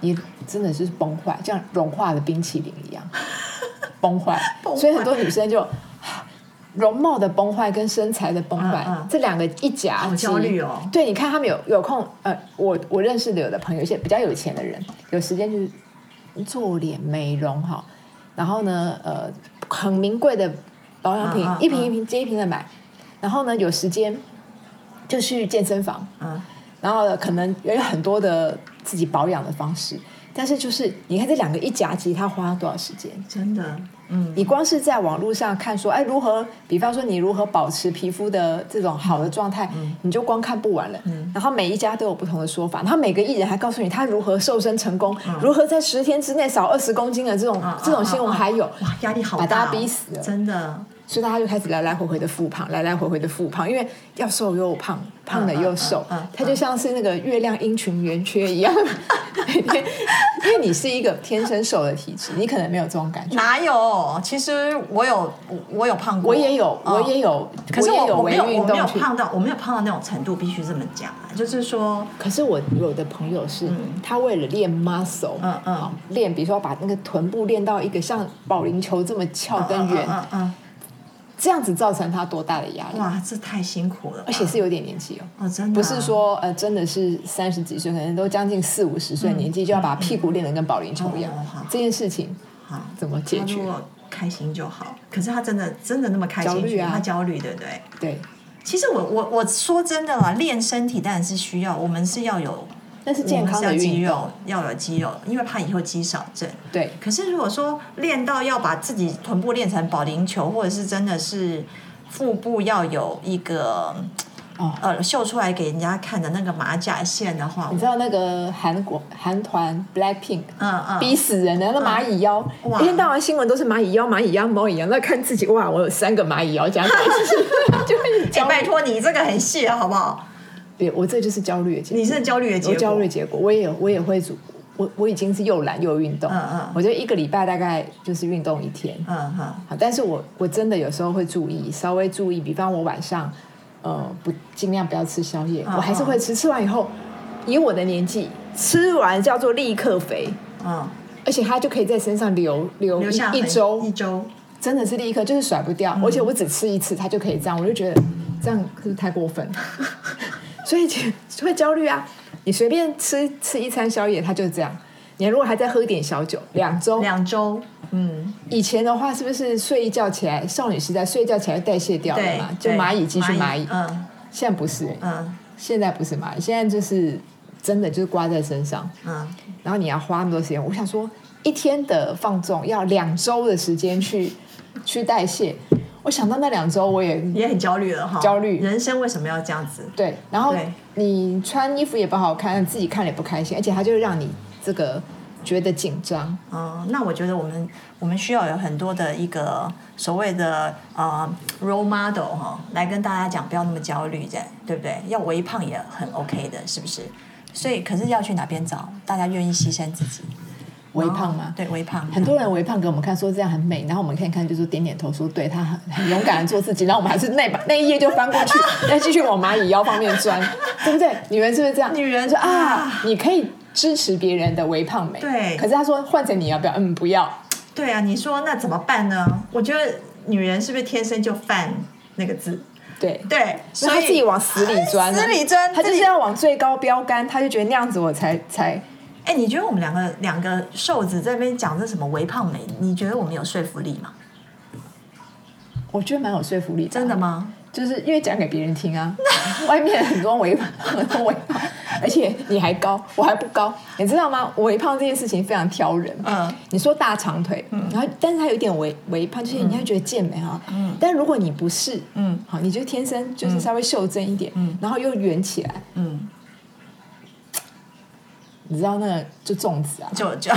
[SPEAKER 1] 你真的就是崩坏，像融化的冰淇淋一 样崩坏
[SPEAKER 2] 崩。坏
[SPEAKER 1] 所以很多女生就啊容貌的崩坏跟身材的崩坏、
[SPEAKER 2] 嗯嗯
[SPEAKER 1] 这两个一夹
[SPEAKER 2] 好
[SPEAKER 1] 击
[SPEAKER 2] 焦虑哦
[SPEAKER 1] 对，你看他们有有空，呃，我我认识的有的朋友，一些比较有钱的人，有时间就是做脸美容哈，然后呢，呃，很名贵的保养品，
[SPEAKER 2] 嗯嗯
[SPEAKER 1] 一瓶一瓶接一瓶的买，然后呢，有时间就去健身房，
[SPEAKER 2] 嗯，
[SPEAKER 1] 然后呢可能也有很多的自己保养的方式，但是就是你看这两个一夹击，他花了多少时间？
[SPEAKER 2] 真的，嗯，
[SPEAKER 1] 你光是在网络上看说，哎，如何，比方说你如何保持皮肤的这种好的状态，
[SPEAKER 2] 嗯
[SPEAKER 1] 你就光看不完了。然后每一家都有不同的说法，然后每个艺人还告诉你他如何瘦身成功，
[SPEAKER 2] 啊
[SPEAKER 1] 如何在十天之内少二十公斤的这种、
[SPEAKER 2] 嗯嗯
[SPEAKER 1] 这种新闻
[SPEAKER 2] 嗯嗯
[SPEAKER 1] 还有，
[SPEAKER 2] 哇，压力好
[SPEAKER 1] 把
[SPEAKER 2] 大、哦，
[SPEAKER 1] 大家逼死了
[SPEAKER 2] 真的，
[SPEAKER 1] 所以大家就开始来来回回的复胖，来来回回的复胖，因为要瘦又胖，胖了又瘦，
[SPEAKER 2] 嗯嗯嗯嗯
[SPEAKER 1] 它就像是那个月亮阴晴圆缺一样， 每天，因为你是一个天生瘦的体质，你可能没有这种感觉。
[SPEAKER 2] 哪有？其实我有，我我有胖过，
[SPEAKER 1] 我也有，
[SPEAKER 2] 嗯
[SPEAKER 1] 我也有，
[SPEAKER 2] 可是
[SPEAKER 1] 我
[SPEAKER 2] 我
[SPEAKER 1] 也有
[SPEAKER 2] 我没
[SPEAKER 1] 微
[SPEAKER 2] 有我
[SPEAKER 1] 运
[SPEAKER 2] 没
[SPEAKER 1] 动
[SPEAKER 2] 有
[SPEAKER 1] 去。
[SPEAKER 2] 胖到我没有胖到那种程度，必须这么讲啊，就是说，
[SPEAKER 1] 可是我有的朋友是，他为了练 muscle，
[SPEAKER 2] 嗯嗯
[SPEAKER 1] 啊练比如说把那个臀部练到一个像保龄球这么翘跟
[SPEAKER 2] 嗯
[SPEAKER 1] 圆，
[SPEAKER 2] 嗯嗯
[SPEAKER 1] 这样子造成他多大的压力
[SPEAKER 2] 嗯，？哇，这太辛苦了吧，
[SPEAKER 1] 而且是有点年纪哦，
[SPEAKER 2] 哦，真的
[SPEAKER 1] 不
[SPEAKER 2] 啊
[SPEAKER 1] 是说呃真的是三十几岁，可能都将近四五十
[SPEAKER 2] 嗯
[SPEAKER 1] 岁的年纪就要把屁股练得跟保龄球一样
[SPEAKER 2] 哦好，
[SPEAKER 1] 这件事情
[SPEAKER 2] 好
[SPEAKER 1] 怎么解
[SPEAKER 2] 他
[SPEAKER 1] 决
[SPEAKER 2] 如？果开心就好，可是他真的真的那么开心
[SPEAKER 1] 焦虑啊
[SPEAKER 2] 他焦虑，对不对？
[SPEAKER 1] 对，
[SPEAKER 2] 其实我我我说真的啦，练身体当然是需要，我们是要有
[SPEAKER 1] 那是健康
[SPEAKER 2] 我
[SPEAKER 1] 的
[SPEAKER 2] 们是要肌
[SPEAKER 1] 运动，
[SPEAKER 2] 肉，要有肌肉，因为怕以后肌少症。
[SPEAKER 1] 对，
[SPEAKER 2] 可是如果说练到要把自己臀部练成保龄球，或者是真的是腹部要有一个
[SPEAKER 1] 哦
[SPEAKER 2] 呃秀出来给人家看的那个马甲线的话，哎
[SPEAKER 1] 你知道那个韩国韩团 Blackpink，
[SPEAKER 2] 嗯嗯，
[SPEAKER 1] 逼死人的那蚂蚁腰，
[SPEAKER 2] 哇
[SPEAKER 1] 一天到晚新闻都是蚂蚁腰、蚂蚁腰、蚂蚁腰，那看自己哇，我有三个蚂蚁腰，加起来就是 就会
[SPEAKER 2] 哎、
[SPEAKER 1] 焦虑
[SPEAKER 2] 拜。托你这个很细啊了好不好？
[SPEAKER 1] 对，我这就是焦虑的结
[SPEAKER 2] 你
[SPEAKER 1] 果，
[SPEAKER 2] 是焦虑的结
[SPEAKER 1] 我
[SPEAKER 2] 果，
[SPEAKER 1] 焦虑的结果，我也有我也会主，我我已经是又懒又运动，
[SPEAKER 2] 嗯嗯
[SPEAKER 1] 我觉得一个礼拜大概就是运动一天，
[SPEAKER 2] 嗯嗯。
[SPEAKER 1] 好，但是我我真的有时候会注意，稍微注意，比方我晚上，呃，不尽量不要吃宵夜，
[SPEAKER 2] 嗯
[SPEAKER 1] 我还是会吃，吃完以后，以我的年纪，吃完叫做立刻肥，
[SPEAKER 2] 嗯，
[SPEAKER 1] 而且它就可以在身上留留
[SPEAKER 2] 留下
[SPEAKER 1] 一一
[SPEAKER 2] 痕嗯
[SPEAKER 1] 周
[SPEAKER 2] 一，周，
[SPEAKER 1] 真的是立刻就是甩不掉，而且我只吃一次，它就可以这样，我就觉得这样是不是太过 分了？所以就就会焦虑啊！你随便吃吃一餐宵夜，它就是这样。你如果还在喝一点小酒，两周
[SPEAKER 2] 两周，嗯，
[SPEAKER 1] 以前的话，是不是睡一觉起来，少女时代睡一觉起来就代谢掉了
[SPEAKER 2] 对
[SPEAKER 1] 嘛，，就
[SPEAKER 2] 对
[SPEAKER 1] 蚂蚁继续蚂蚁。
[SPEAKER 2] 嗯
[SPEAKER 1] 现在不是、欸
[SPEAKER 2] 嗯
[SPEAKER 1] 现在不是蚂蚁，现在就是真的就是刮在身上，
[SPEAKER 2] 嗯，
[SPEAKER 1] 然后你要花那么多时间。我想说，一天的放纵要两周的时间去去代谢。我想到那两周，我也
[SPEAKER 2] 也很焦虑了哈，
[SPEAKER 1] 焦虑
[SPEAKER 2] 人生为什么要这样子？
[SPEAKER 1] 对，然后
[SPEAKER 2] 对
[SPEAKER 1] 你穿衣服也不好看，自己看了也不开心，而且它就让你这个觉得紧张。
[SPEAKER 2] 嗯，那我觉得我们我们需要有很多的一个所谓的呃 role model 哈、来跟大家讲，不要那么焦虑，这样对不对？要微胖也很 OK 的，是不是？所以，可是要去哪边找？大家愿意牺牲自己，哦
[SPEAKER 1] 微胖吗？
[SPEAKER 2] 对，微胖，
[SPEAKER 1] 很多人微胖给我们看，说这样很美，然后我们看一看，就说点点头，说对他很很勇敢的做自己，然后我们还是那把那一页就翻 过去，再继续往蚂蚁腰方面钻，对不对？女人是不是这样？
[SPEAKER 2] 女人
[SPEAKER 1] 说啊
[SPEAKER 2] 啊，
[SPEAKER 1] 你可以支持别人的微胖美，
[SPEAKER 2] 对
[SPEAKER 1] 可是他说换成你要不要？嗯，不要。
[SPEAKER 2] 对啊，你说那怎么办呢？我觉得女人是不是天生就犯那个字？
[SPEAKER 1] 对，
[SPEAKER 2] 对，
[SPEAKER 1] 所以
[SPEAKER 2] 所
[SPEAKER 1] 他
[SPEAKER 2] 以
[SPEAKER 1] 自己往死里钻啊，
[SPEAKER 2] 死里钻，
[SPEAKER 1] 他就是
[SPEAKER 2] 自己
[SPEAKER 1] 要往最高标杆，他就觉得那样子我才才
[SPEAKER 2] 哎、你觉得我们两个两个瘦子在那边讲这什么微胖美？你觉得我们有说服力吗？
[SPEAKER 1] 我觉得蛮有说服力的啊
[SPEAKER 2] 真的？吗？
[SPEAKER 1] 就是因为讲给别人听啊， 外面很多微胖，很多微胖，而且你还高，我还不高，你知道吗？微胖这件事情非常挑人。
[SPEAKER 2] 嗯，
[SPEAKER 1] 你说大长腿，然后但是它有一点微微胖，就是人家觉得健美哈。嗯，但如果你不是，
[SPEAKER 2] 嗯
[SPEAKER 1] 好，你就天生就是稍微袖珍一点，嗯，然后又圆起来，
[SPEAKER 2] 嗯，
[SPEAKER 1] 你知道那个就粽子啊。
[SPEAKER 2] 就就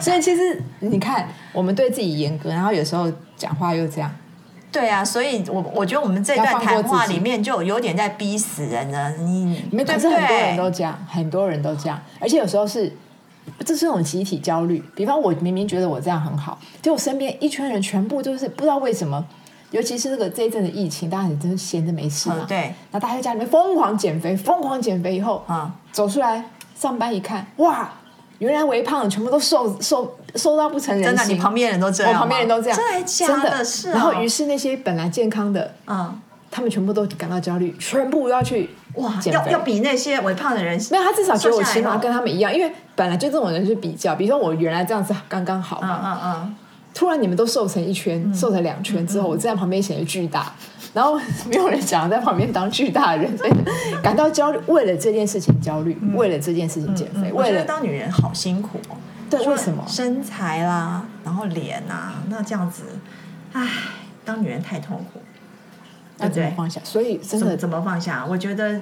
[SPEAKER 1] 所以其实你看，我们对自己严格，然后有时候讲话又这样，
[SPEAKER 2] 对啊，所以我我觉得我们这
[SPEAKER 1] 要
[SPEAKER 2] 段
[SPEAKER 1] 放过
[SPEAKER 2] 谈话
[SPEAKER 1] 自己
[SPEAKER 2] 里面就有点在逼死人了。你
[SPEAKER 1] 没有，可
[SPEAKER 2] 对不
[SPEAKER 1] 是很多人
[SPEAKER 2] 对？
[SPEAKER 1] 都这样，很多人都这样，而且有时候是，这是一种集体焦虑。比方我明明觉得我这样很好，结果身边一圈人全部就是不知道为什么，尤其是这个这一阵的疫情，大家也真是闲着没事嘛，
[SPEAKER 2] 嗯对，
[SPEAKER 1] 那大家在家里面疯狂减肥，疯狂减肥以后，
[SPEAKER 2] 嗯
[SPEAKER 1] 走出来上班一看，哇，原来微胖的全部都瘦瘦瘦到不成人
[SPEAKER 2] 真
[SPEAKER 1] 形，
[SPEAKER 2] 的，你旁边人都这样
[SPEAKER 1] 我
[SPEAKER 2] 吗，
[SPEAKER 1] 旁边人都这样，
[SPEAKER 2] 真的还假
[SPEAKER 1] 真的
[SPEAKER 2] 是、哦，
[SPEAKER 1] 然后于是那些本来健康的，
[SPEAKER 2] 嗯，
[SPEAKER 1] 他们全部都感到焦虑，全部要去
[SPEAKER 2] 哇，
[SPEAKER 1] 减
[SPEAKER 2] 要
[SPEAKER 1] 肥
[SPEAKER 2] 要比那些微胖的人
[SPEAKER 1] 没有，他至少觉得我
[SPEAKER 2] 瘦下来
[SPEAKER 1] 起码
[SPEAKER 2] 后
[SPEAKER 1] 跟他们一样，因为本来就这种人去比较，比如说我原来这样子刚刚好嘛，
[SPEAKER 2] 嗯嗯嗯，
[SPEAKER 1] 突然你们都瘦成一圈，瘦成两圈之后，我站在旁边显得巨大，然后没有人想要在旁边当巨大的人，所以 感到焦虑，为了这件事情焦虑，为了这件事情减肥，
[SPEAKER 2] 嗯
[SPEAKER 1] 嗯
[SPEAKER 2] 我
[SPEAKER 1] 为
[SPEAKER 2] 觉得
[SPEAKER 1] 了
[SPEAKER 2] 当女人好辛苦哦。
[SPEAKER 1] 对
[SPEAKER 2] 说
[SPEAKER 1] 为什么
[SPEAKER 2] 身材啦，然后脸啊，那这样子，唉，当女人太痛苦，
[SPEAKER 1] 要
[SPEAKER 2] 对不
[SPEAKER 1] 怎么
[SPEAKER 2] 对？
[SPEAKER 1] 放下？所以真
[SPEAKER 2] 怎么
[SPEAKER 1] 的
[SPEAKER 2] 怎么放下？我觉得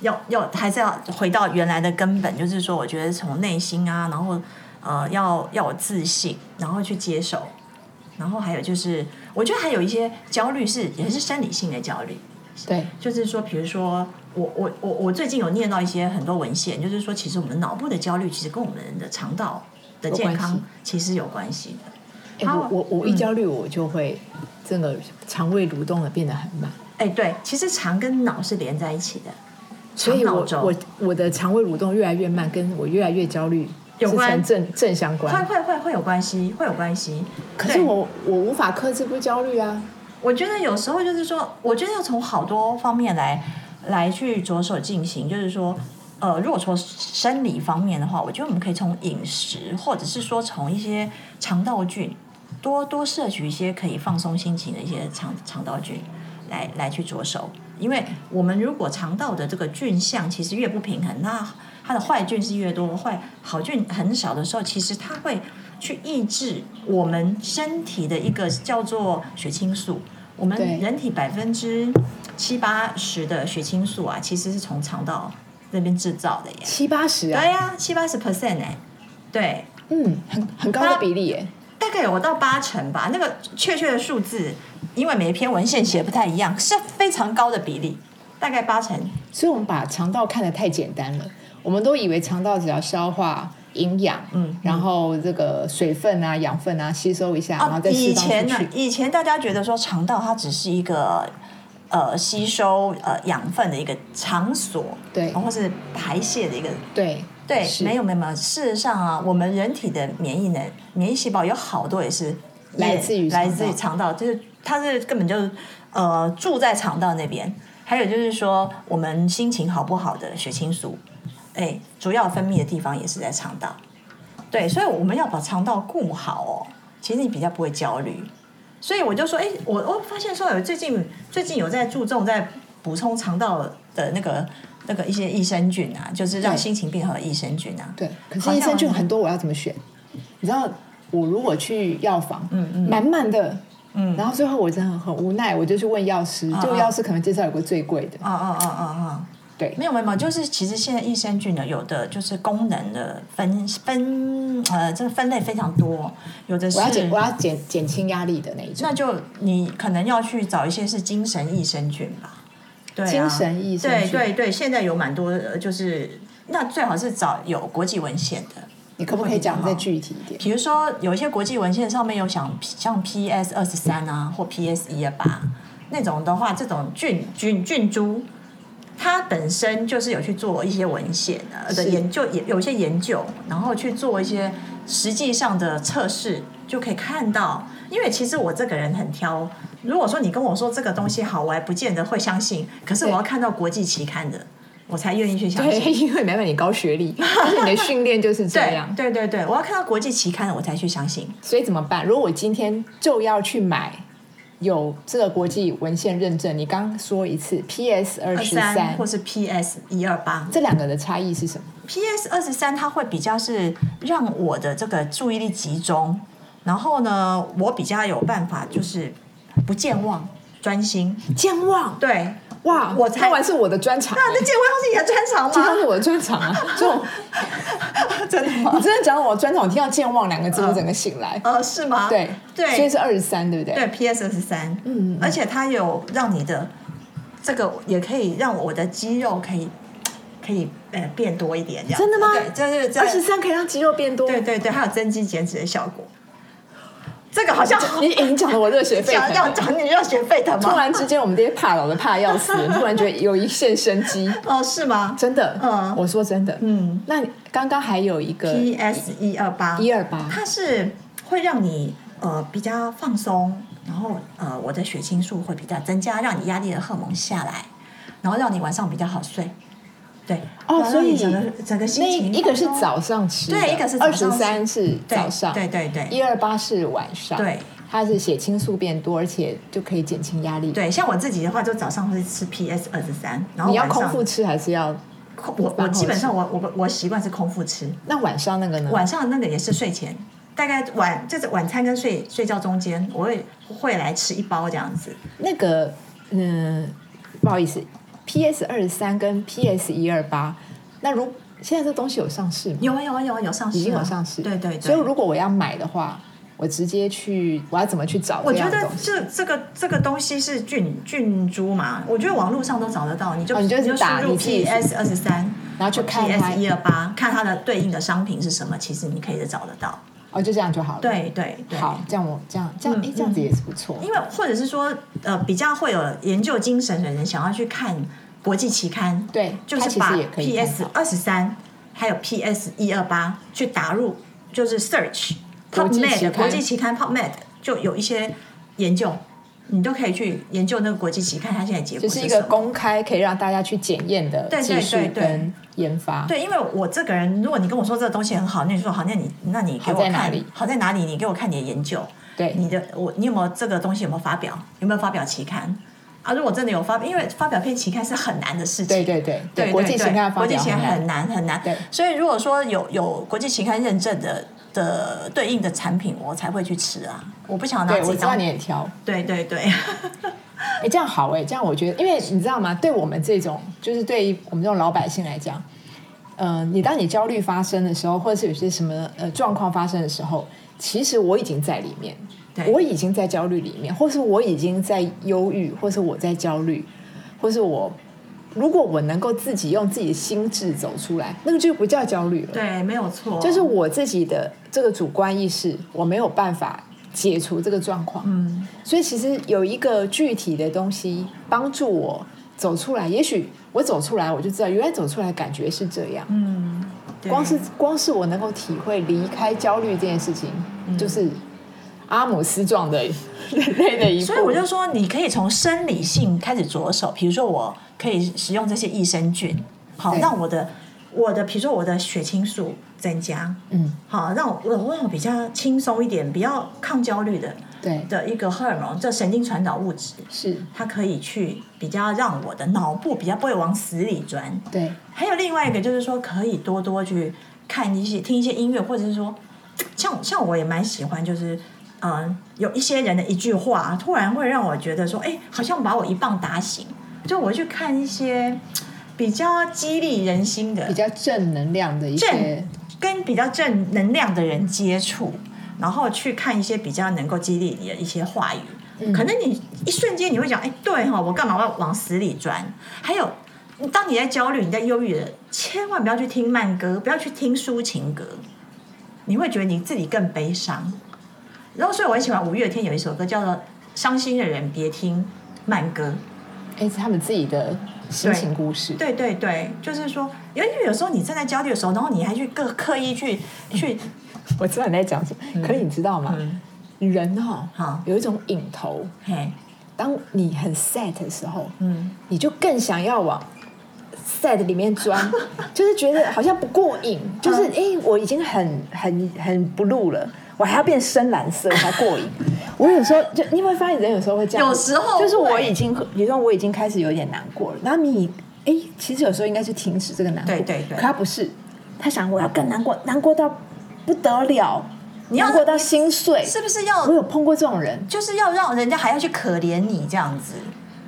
[SPEAKER 2] 要要还是要回到原来的根本，就是说，我觉得从内心啊，然后呃，要要有自信，然后去接受，然后还有就是，我觉得还有一些焦虑是也是生理性的焦虑，
[SPEAKER 1] 对
[SPEAKER 2] 就是说，比如说，我我我我最近有念到一些很多文献，就是说，其实我们脑部的焦虑其实跟我们的肠道的
[SPEAKER 1] 有关
[SPEAKER 2] 健
[SPEAKER 1] 系
[SPEAKER 2] 康其实有关系的。
[SPEAKER 1] 哎、
[SPEAKER 2] 好啊嗯
[SPEAKER 1] 我我我一焦虑，我就会这个肠胃蠕动的变得很慢，
[SPEAKER 2] 哎，对，其实肠跟脑是连在一起的，
[SPEAKER 1] 所以
[SPEAKER 2] 肠
[SPEAKER 1] 我
[SPEAKER 2] 脑轴
[SPEAKER 1] 我我的肠胃蠕动越来越慢，跟我越来越焦虑
[SPEAKER 2] 有
[SPEAKER 1] 是
[SPEAKER 2] 关
[SPEAKER 1] 成正正相关。
[SPEAKER 2] 会会会会有关系，会有关系。
[SPEAKER 1] 可是
[SPEAKER 2] 对
[SPEAKER 1] 我我无法克制不焦虑啊，
[SPEAKER 2] 我觉得有时候就是说，我觉得要从好多方面来来去着手进行，就是说，呃，如果说生理方面的话，我觉得我们可以从饮食，或者是说从一些肠道菌，多多摄取一些可以放松心情的一些肠肠道菌，来来去着手。因为我们如果肠道的这个菌相其实越不平衡，那它的坏菌是越多，坏好菌很少的时候，其实它会去抑制我们身体的一个叫做血清素。我们
[SPEAKER 1] 对
[SPEAKER 2] 人体百分之七八十的血清素啊，其实是从肠道那边制造的耶。
[SPEAKER 1] 七八十
[SPEAKER 2] 对
[SPEAKER 1] 啊，
[SPEAKER 2] 呀、七八十 percent 哎，对，
[SPEAKER 1] 嗯，很很高的比例耶。
[SPEAKER 2] 大概有到八成吧。那个确切的数字，因为每一篇文献写不太一样，是非常高的比例，大概八成。
[SPEAKER 1] 所以我们把肠道看得太简单了，我们都以为肠道只要消化营养，嗯，然后这个水分啊、养分啊吸收一下，然后
[SPEAKER 2] 啊，
[SPEAKER 1] 再释
[SPEAKER 2] 以
[SPEAKER 1] 放
[SPEAKER 2] 前
[SPEAKER 1] 出
[SPEAKER 2] 呢
[SPEAKER 1] 去。，
[SPEAKER 2] 以前大家觉得说肠道它只是一个呃吸收呃养分的一个场所，哦
[SPEAKER 1] 对
[SPEAKER 2] 或是排泄的一个
[SPEAKER 1] 对
[SPEAKER 2] 对，
[SPEAKER 1] 是
[SPEAKER 2] 没有没有没有。事实上啊，我们人体的免疫能免疫细胞有好多也是
[SPEAKER 1] 来自于肠道
[SPEAKER 2] 来自于肠道，就是它是根本就是呃住在肠道那边。还有就是说，我们心情好不好的血清素，哎，主要分泌的地方也是在肠道。对，所以我们要把肠道顾好哦，其实你比较不会焦虑。所以我就说，哎，我我发现说有最近最近有在注重在补充肠道的那个那个一些益生菌啊，就是让
[SPEAKER 1] 对
[SPEAKER 2] 心情变好的益生菌啊。
[SPEAKER 1] 对，可是
[SPEAKER 2] 好像
[SPEAKER 1] 益生菌很多，我要怎么选？你知道，我如果去药房，嗯嗯，满满的。嗯，然后最后我真的很无奈，我就去问药师，就药师可能介绍有个最贵的，
[SPEAKER 2] 啊啊啊啊啊！
[SPEAKER 1] 对
[SPEAKER 2] 没有没有没有，就是其实现在益生菌呢，有的就是功能的分分呃，这个分类非常多，有的是
[SPEAKER 1] 我要减我要减减轻压力的那一种。
[SPEAKER 2] 那就你可能要去找一些是精神益生菌吧，对、啊，
[SPEAKER 1] 精神益生菌
[SPEAKER 2] 对对对，现在有蛮多，呃就是那最好是找有国际文献的，
[SPEAKER 1] 你可不可以讲再具体一点？
[SPEAKER 2] 比如说，有一些国际文献上面有想像 PS 二十三啊，或 PS 一二八那种的话，这种菌菌菌株，它本身就是有去做一些文献呃的
[SPEAKER 1] 是
[SPEAKER 2] 研究，也有一些研究，然后去做一些实际上的测试，就可以看到。因为其实我这个人很挑，如果说你跟我说这个东西好，我还不见得会相信。可是我要看到国际期刊的，我才愿意去相信。
[SPEAKER 1] 对，因为没办法，你高学历，而且你的训练就是这
[SPEAKER 2] 对
[SPEAKER 1] 样，
[SPEAKER 2] 对对对，我要看到国际期刊的，我才去相信。
[SPEAKER 1] 所以怎么办？如果我今天就要去买有这个国际文献认证，你刚说一次 PS 二
[SPEAKER 2] 二
[SPEAKER 1] 十
[SPEAKER 2] 三
[SPEAKER 1] 三
[SPEAKER 2] 或，是 PS 一二八
[SPEAKER 1] 这两个的差异是什么？
[SPEAKER 2] ，PS 二十三它会比较是让我的这个注意力集中，然后呢，我比较有办法就是不健忘、专心。
[SPEAKER 1] 健忘，
[SPEAKER 2] 对，
[SPEAKER 1] 哇，
[SPEAKER 2] 我才
[SPEAKER 1] 那完是我的专长、
[SPEAKER 2] 那那健忘是你的专长
[SPEAKER 1] 健忘
[SPEAKER 2] 吗？
[SPEAKER 1] 是我的专长啊！ 就
[SPEAKER 2] 真的
[SPEAKER 1] 你
[SPEAKER 2] 吗？
[SPEAKER 1] 真的讲到我的专长，我听到“健忘”两个字，我整个醒来。
[SPEAKER 2] 呃，是吗？
[SPEAKER 1] 对
[SPEAKER 2] 对，
[SPEAKER 1] 所以是二十三，对不对？
[SPEAKER 2] 对 PS 二十三，
[SPEAKER 1] 嗯嗯嗯
[SPEAKER 2] 而且它有让你的这个也可以让我的肌肉可以可以呃变多一点，这样
[SPEAKER 1] 真的吗
[SPEAKER 2] 对，就是在
[SPEAKER 1] 二十三可以让肌肉变多。
[SPEAKER 2] 对对对，还有增肌减脂的效果。这个好像
[SPEAKER 1] 你欸你讲的我热血沸
[SPEAKER 2] 想要
[SPEAKER 1] 腾。
[SPEAKER 2] 讲你热血沸腾
[SPEAKER 1] 突
[SPEAKER 2] 吗？
[SPEAKER 1] 然之间，我们这些怕老的怕要 死，突然觉得有一线生机，
[SPEAKER 2] 哦，是吗？
[SPEAKER 1] 真的。
[SPEAKER 2] 嗯
[SPEAKER 1] 我说真的。
[SPEAKER 2] 嗯
[SPEAKER 1] 那你刚刚还有一个
[SPEAKER 2] ，PS 一 E 二八
[SPEAKER 1] 一二八，
[SPEAKER 2] 它是会让你呃比较放松，然后呃我的血清素会比较增加，让你压力的荷尔蒙下来，然后让你晚上比较好睡。对
[SPEAKER 1] 哦
[SPEAKER 2] 然后
[SPEAKER 1] 所以
[SPEAKER 2] 让你整个整个心
[SPEAKER 1] 那
[SPEAKER 2] 情
[SPEAKER 1] 一个是
[SPEAKER 2] 放松
[SPEAKER 1] 早上吃的，
[SPEAKER 2] 对一个是早
[SPEAKER 1] 二
[SPEAKER 2] 上吃
[SPEAKER 1] 十三是
[SPEAKER 2] 对
[SPEAKER 1] 早上，
[SPEAKER 2] 对对对
[SPEAKER 1] 一二八是晚上，
[SPEAKER 2] 对，
[SPEAKER 1] 它是血清素变多，而且就可以减轻压力。，
[SPEAKER 2] 对，像我自己的话，就早上会吃 PS 二十三，然后
[SPEAKER 1] 你要
[SPEAKER 2] 晚上
[SPEAKER 1] 空腹吃还是要？
[SPEAKER 2] 空我我基本上我我我习惯是空腹吃，
[SPEAKER 1] 那晚上那个呢？
[SPEAKER 2] 晚上那个也是睡前，大概晚就是晚餐跟睡睡觉中间，我会会来吃一包这样子。
[SPEAKER 1] 那个，嗯，不好意思，PS 二十三跟 PS 一二八，那如现在这东西有上市吗？
[SPEAKER 2] 有啊有啊有啊有上市啊，
[SPEAKER 1] 已经有上市，
[SPEAKER 2] 对对对。
[SPEAKER 1] 所以如果我要买的话，我直接去，我要怎么去找
[SPEAKER 2] 我
[SPEAKER 1] 这
[SPEAKER 2] 觉
[SPEAKER 1] 样的
[SPEAKER 2] 得
[SPEAKER 1] 东西？
[SPEAKER 2] 这这个这个东西是菌菌株嘛，我觉得网络上都找得到，你就、
[SPEAKER 1] 哦你就
[SPEAKER 2] 输
[SPEAKER 1] 打
[SPEAKER 2] 入
[SPEAKER 1] 你自己
[SPEAKER 2] PS 二十三，
[SPEAKER 1] 然后去看它
[SPEAKER 2] PS 一二八，看它的对应的商品是什么，其实你可以找得到。
[SPEAKER 1] 哦，就这样就好了。，
[SPEAKER 2] 对对对，
[SPEAKER 1] 好，这样我这样这样，
[SPEAKER 2] 嗯
[SPEAKER 1] 哎，这样子也是不错。
[SPEAKER 2] 因为或者是说，呃，比较会有研究精神的人想要去看国际期刊，
[SPEAKER 1] 对
[SPEAKER 2] 就
[SPEAKER 1] 它
[SPEAKER 2] 是
[SPEAKER 1] 其
[SPEAKER 2] 把
[SPEAKER 1] 实也可以
[SPEAKER 2] PS 二十三还有 PS 一二八去打入，就是 search
[SPEAKER 1] 国际期刊
[SPEAKER 2] PubMed 国际期刊 PubMed 就有一些研究，你都可以去研究那个国际期刊它现在结
[SPEAKER 1] 就
[SPEAKER 2] 果
[SPEAKER 1] 是一
[SPEAKER 2] 什
[SPEAKER 1] 个
[SPEAKER 2] 么。
[SPEAKER 1] 公开可以让大家去检验的
[SPEAKER 2] 对
[SPEAKER 1] 技
[SPEAKER 2] 对
[SPEAKER 1] 术
[SPEAKER 2] 对对
[SPEAKER 1] 跟研发。
[SPEAKER 2] 对，因为我这个人，如果你跟我说这个东西很好，那你说好，那你那你给
[SPEAKER 1] 好
[SPEAKER 2] 我
[SPEAKER 1] 在
[SPEAKER 2] 看
[SPEAKER 1] 哪里
[SPEAKER 2] 好在哪里？你给我看你的研究，
[SPEAKER 1] 对
[SPEAKER 2] 你的我你有没有这个东西有没有发表？有没有发表期刊？啊，如果真的有发，因为发表篇期刊是很难的事情。
[SPEAKER 1] 对对对
[SPEAKER 2] 对，
[SPEAKER 1] 国际型
[SPEAKER 2] 对
[SPEAKER 1] 看发
[SPEAKER 2] 国际
[SPEAKER 1] 表
[SPEAKER 2] 期
[SPEAKER 1] 很
[SPEAKER 2] 刊
[SPEAKER 1] 难
[SPEAKER 2] 很难很难。
[SPEAKER 1] 对
[SPEAKER 2] 所以如果说有有国际期刊认证的的对应的产品，我才会去吃啊。我不想拿
[SPEAKER 1] 对，
[SPEAKER 2] 自
[SPEAKER 1] 我
[SPEAKER 2] 己
[SPEAKER 1] 知道
[SPEAKER 2] 当
[SPEAKER 1] 你很挑。
[SPEAKER 2] 对对对，
[SPEAKER 1] 哎、这样好哎、这样我觉得，因为你知道吗？对我们这种，就是对于我们这种老百姓来讲，呃，你当你焦虑发生的时候，或者是有些什么呃状况发生的时候，其实我已经在里面，
[SPEAKER 2] 对
[SPEAKER 1] 我已经在焦虑里面，或是我已经在忧郁，或是我在焦虑，或是我，如果我能够自己用自己的心智走出来，那个就不叫焦虑了。
[SPEAKER 2] 对，没有错，
[SPEAKER 1] 就是我自己的这个主观意识，我没有办法解除这个状况。
[SPEAKER 2] 嗯，
[SPEAKER 1] 所以其实有一个具体的东西帮助我走出来，也许我走出来，我就知道原来走出来感觉是这样。
[SPEAKER 2] 嗯，对
[SPEAKER 1] 光是光是我能够体会离开焦虑这件事情，
[SPEAKER 2] 嗯
[SPEAKER 1] 就是阿姆斯壮的 人类的一步。
[SPEAKER 2] 所以我就说，你可以从生理性开始着手，比如说我可以使用这些益生菌，好
[SPEAKER 1] 对
[SPEAKER 2] 让我的我的，比如说我的血清素增加，
[SPEAKER 1] 嗯，
[SPEAKER 2] 好让我让我比较轻松一点，比较抗焦虑的
[SPEAKER 1] 对，
[SPEAKER 2] 的一个荷尔蒙，这神经传导物质，
[SPEAKER 1] 是，
[SPEAKER 2] 它可以去比较让我的脑部比较不会往死里钻。
[SPEAKER 1] 对，
[SPEAKER 2] 还有另外一个就是说，可以多多去看一些听一些音乐，或者是说，像像我也蛮喜欢，就是嗯、呃有一些人的一句话，突然会让我觉得说，哎，好像把我一棒打醒。就我去看一些比较激励人心的
[SPEAKER 1] 比，较正能量的一些
[SPEAKER 2] 正。跟比较正能量的人接触，然后去看一些比较能够激励你的一些话语。可能你一瞬间你会讲，哎，对哈、我干嘛要往死里钻？还有，当你在焦虑、你在忧郁的，千万不要去听慢歌，不要去听抒情歌，你会觉得你自己更悲伤。然后，所以我很喜欢五月天有一首歌叫做《伤心的人别听慢歌》。
[SPEAKER 1] 哎，是他们自己的心情故事。
[SPEAKER 2] 对对对，就是说，因为有时候你正在焦虑的时候，然后你还去刻刻意去去，
[SPEAKER 1] 我知道你在讲什么，可是你知道吗？
[SPEAKER 2] 嗯，
[SPEAKER 1] 人哈、
[SPEAKER 2] 好
[SPEAKER 1] 有一种瘾头，
[SPEAKER 2] 嘿，
[SPEAKER 1] 当你很 sad 的时候，
[SPEAKER 2] 嗯，
[SPEAKER 1] 你就更想要往 sad 里面 钻，就是觉得好像不过瘾，
[SPEAKER 2] 嗯
[SPEAKER 1] 就是哎、诶我已经很很很不露了，我还要变深蓝色才过 瘾。我有时候就你有没有发现人有时候会这样？
[SPEAKER 2] 有时候
[SPEAKER 1] 就是我
[SPEAKER 2] 会
[SPEAKER 1] 已经，比如说我已经开始有点难过了，然后你哎、其实有时候应该是停止这个难过，
[SPEAKER 2] 对对对
[SPEAKER 1] 可他不是，他想我要更难过，难过到不得了，
[SPEAKER 2] 你要
[SPEAKER 1] 难过到心碎。
[SPEAKER 2] 是不是要
[SPEAKER 1] 我有碰过这种人，
[SPEAKER 2] 就是要让人家还要去可怜你这样子？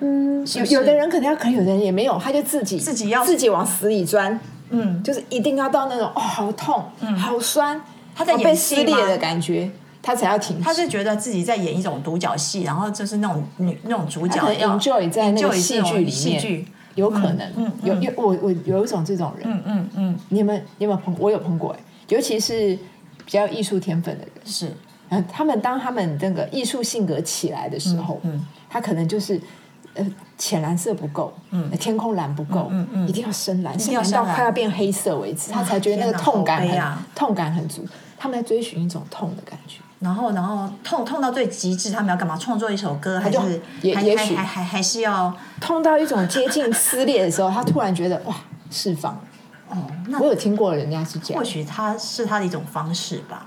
[SPEAKER 1] 嗯，
[SPEAKER 2] 是
[SPEAKER 1] 有
[SPEAKER 2] 不是
[SPEAKER 1] 有的人可能要，可能有的人也没有，他就自己
[SPEAKER 2] 自己要
[SPEAKER 1] 自己往死里钻，
[SPEAKER 2] 嗯，
[SPEAKER 1] 就是一定要到那种哦，好痛，好酸，
[SPEAKER 2] 他在
[SPEAKER 1] 好
[SPEAKER 2] 演
[SPEAKER 1] 被
[SPEAKER 2] 戏
[SPEAKER 1] 撕裂
[SPEAKER 2] 吗
[SPEAKER 1] 的感觉，他才要停止。
[SPEAKER 2] 他是觉得自己在演一种独角戏，然后就是那种女那种主角
[SPEAKER 1] 他可能
[SPEAKER 2] 要
[SPEAKER 1] enjoy 在那个
[SPEAKER 2] enjoy
[SPEAKER 1] 戏剧里
[SPEAKER 2] 这种
[SPEAKER 1] 面
[SPEAKER 2] 戏剧，
[SPEAKER 1] 有可能，
[SPEAKER 2] 嗯嗯
[SPEAKER 1] 有有我我有一种这种人，
[SPEAKER 2] 嗯嗯嗯，
[SPEAKER 1] 你们你有没有碰？我有碰过、欸，尤其是比较有艺术天分的人，
[SPEAKER 2] 是
[SPEAKER 1] 嗯，他们当他们那个艺术性格起来的时候，
[SPEAKER 2] 嗯嗯
[SPEAKER 1] 他可能就是呃浅蓝色不够，嗯，天空蓝不够，
[SPEAKER 2] 嗯嗯
[SPEAKER 1] 一定要深蓝，
[SPEAKER 2] 定要
[SPEAKER 1] 深蓝
[SPEAKER 2] 深
[SPEAKER 1] 到
[SPEAKER 2] 蓝啊
[SPEAKER 1] 快要变黑色为止，他才觉得那
[SPEAKER 2] 天
[SPEAKER 1] 个
[SPEAKER 2] 哪
[SPEAKER 1] 痛感
[SPEAKER 2] 好悲
[SPEAKER 1] 很、
[SPEAKER 2] 啊
[SPEAKER 1] 痛感很足，他们在追寻一种痛的感觉。
[SPEAKER 2] 然后，然后痛痛到最极致，他们要干嘛？创作一首歌，还
[SPEAKER 1] 就是也
[SPEAKER 2] 还
[SPEAKER 1] 也
[SPEAKER 2] 还
[SPEAKER 1] 许
[SPEAKER 2] 还还还是要
[SPEAKER 1] 痛到一种接近撕裂的时候，他突然觉得哇释放了。
[SPEAKER 2] 哦？那
[SPEAKER 1] 我有听过人家是这样
[SPEAKER 2] 或，许他是他的一种方式吧。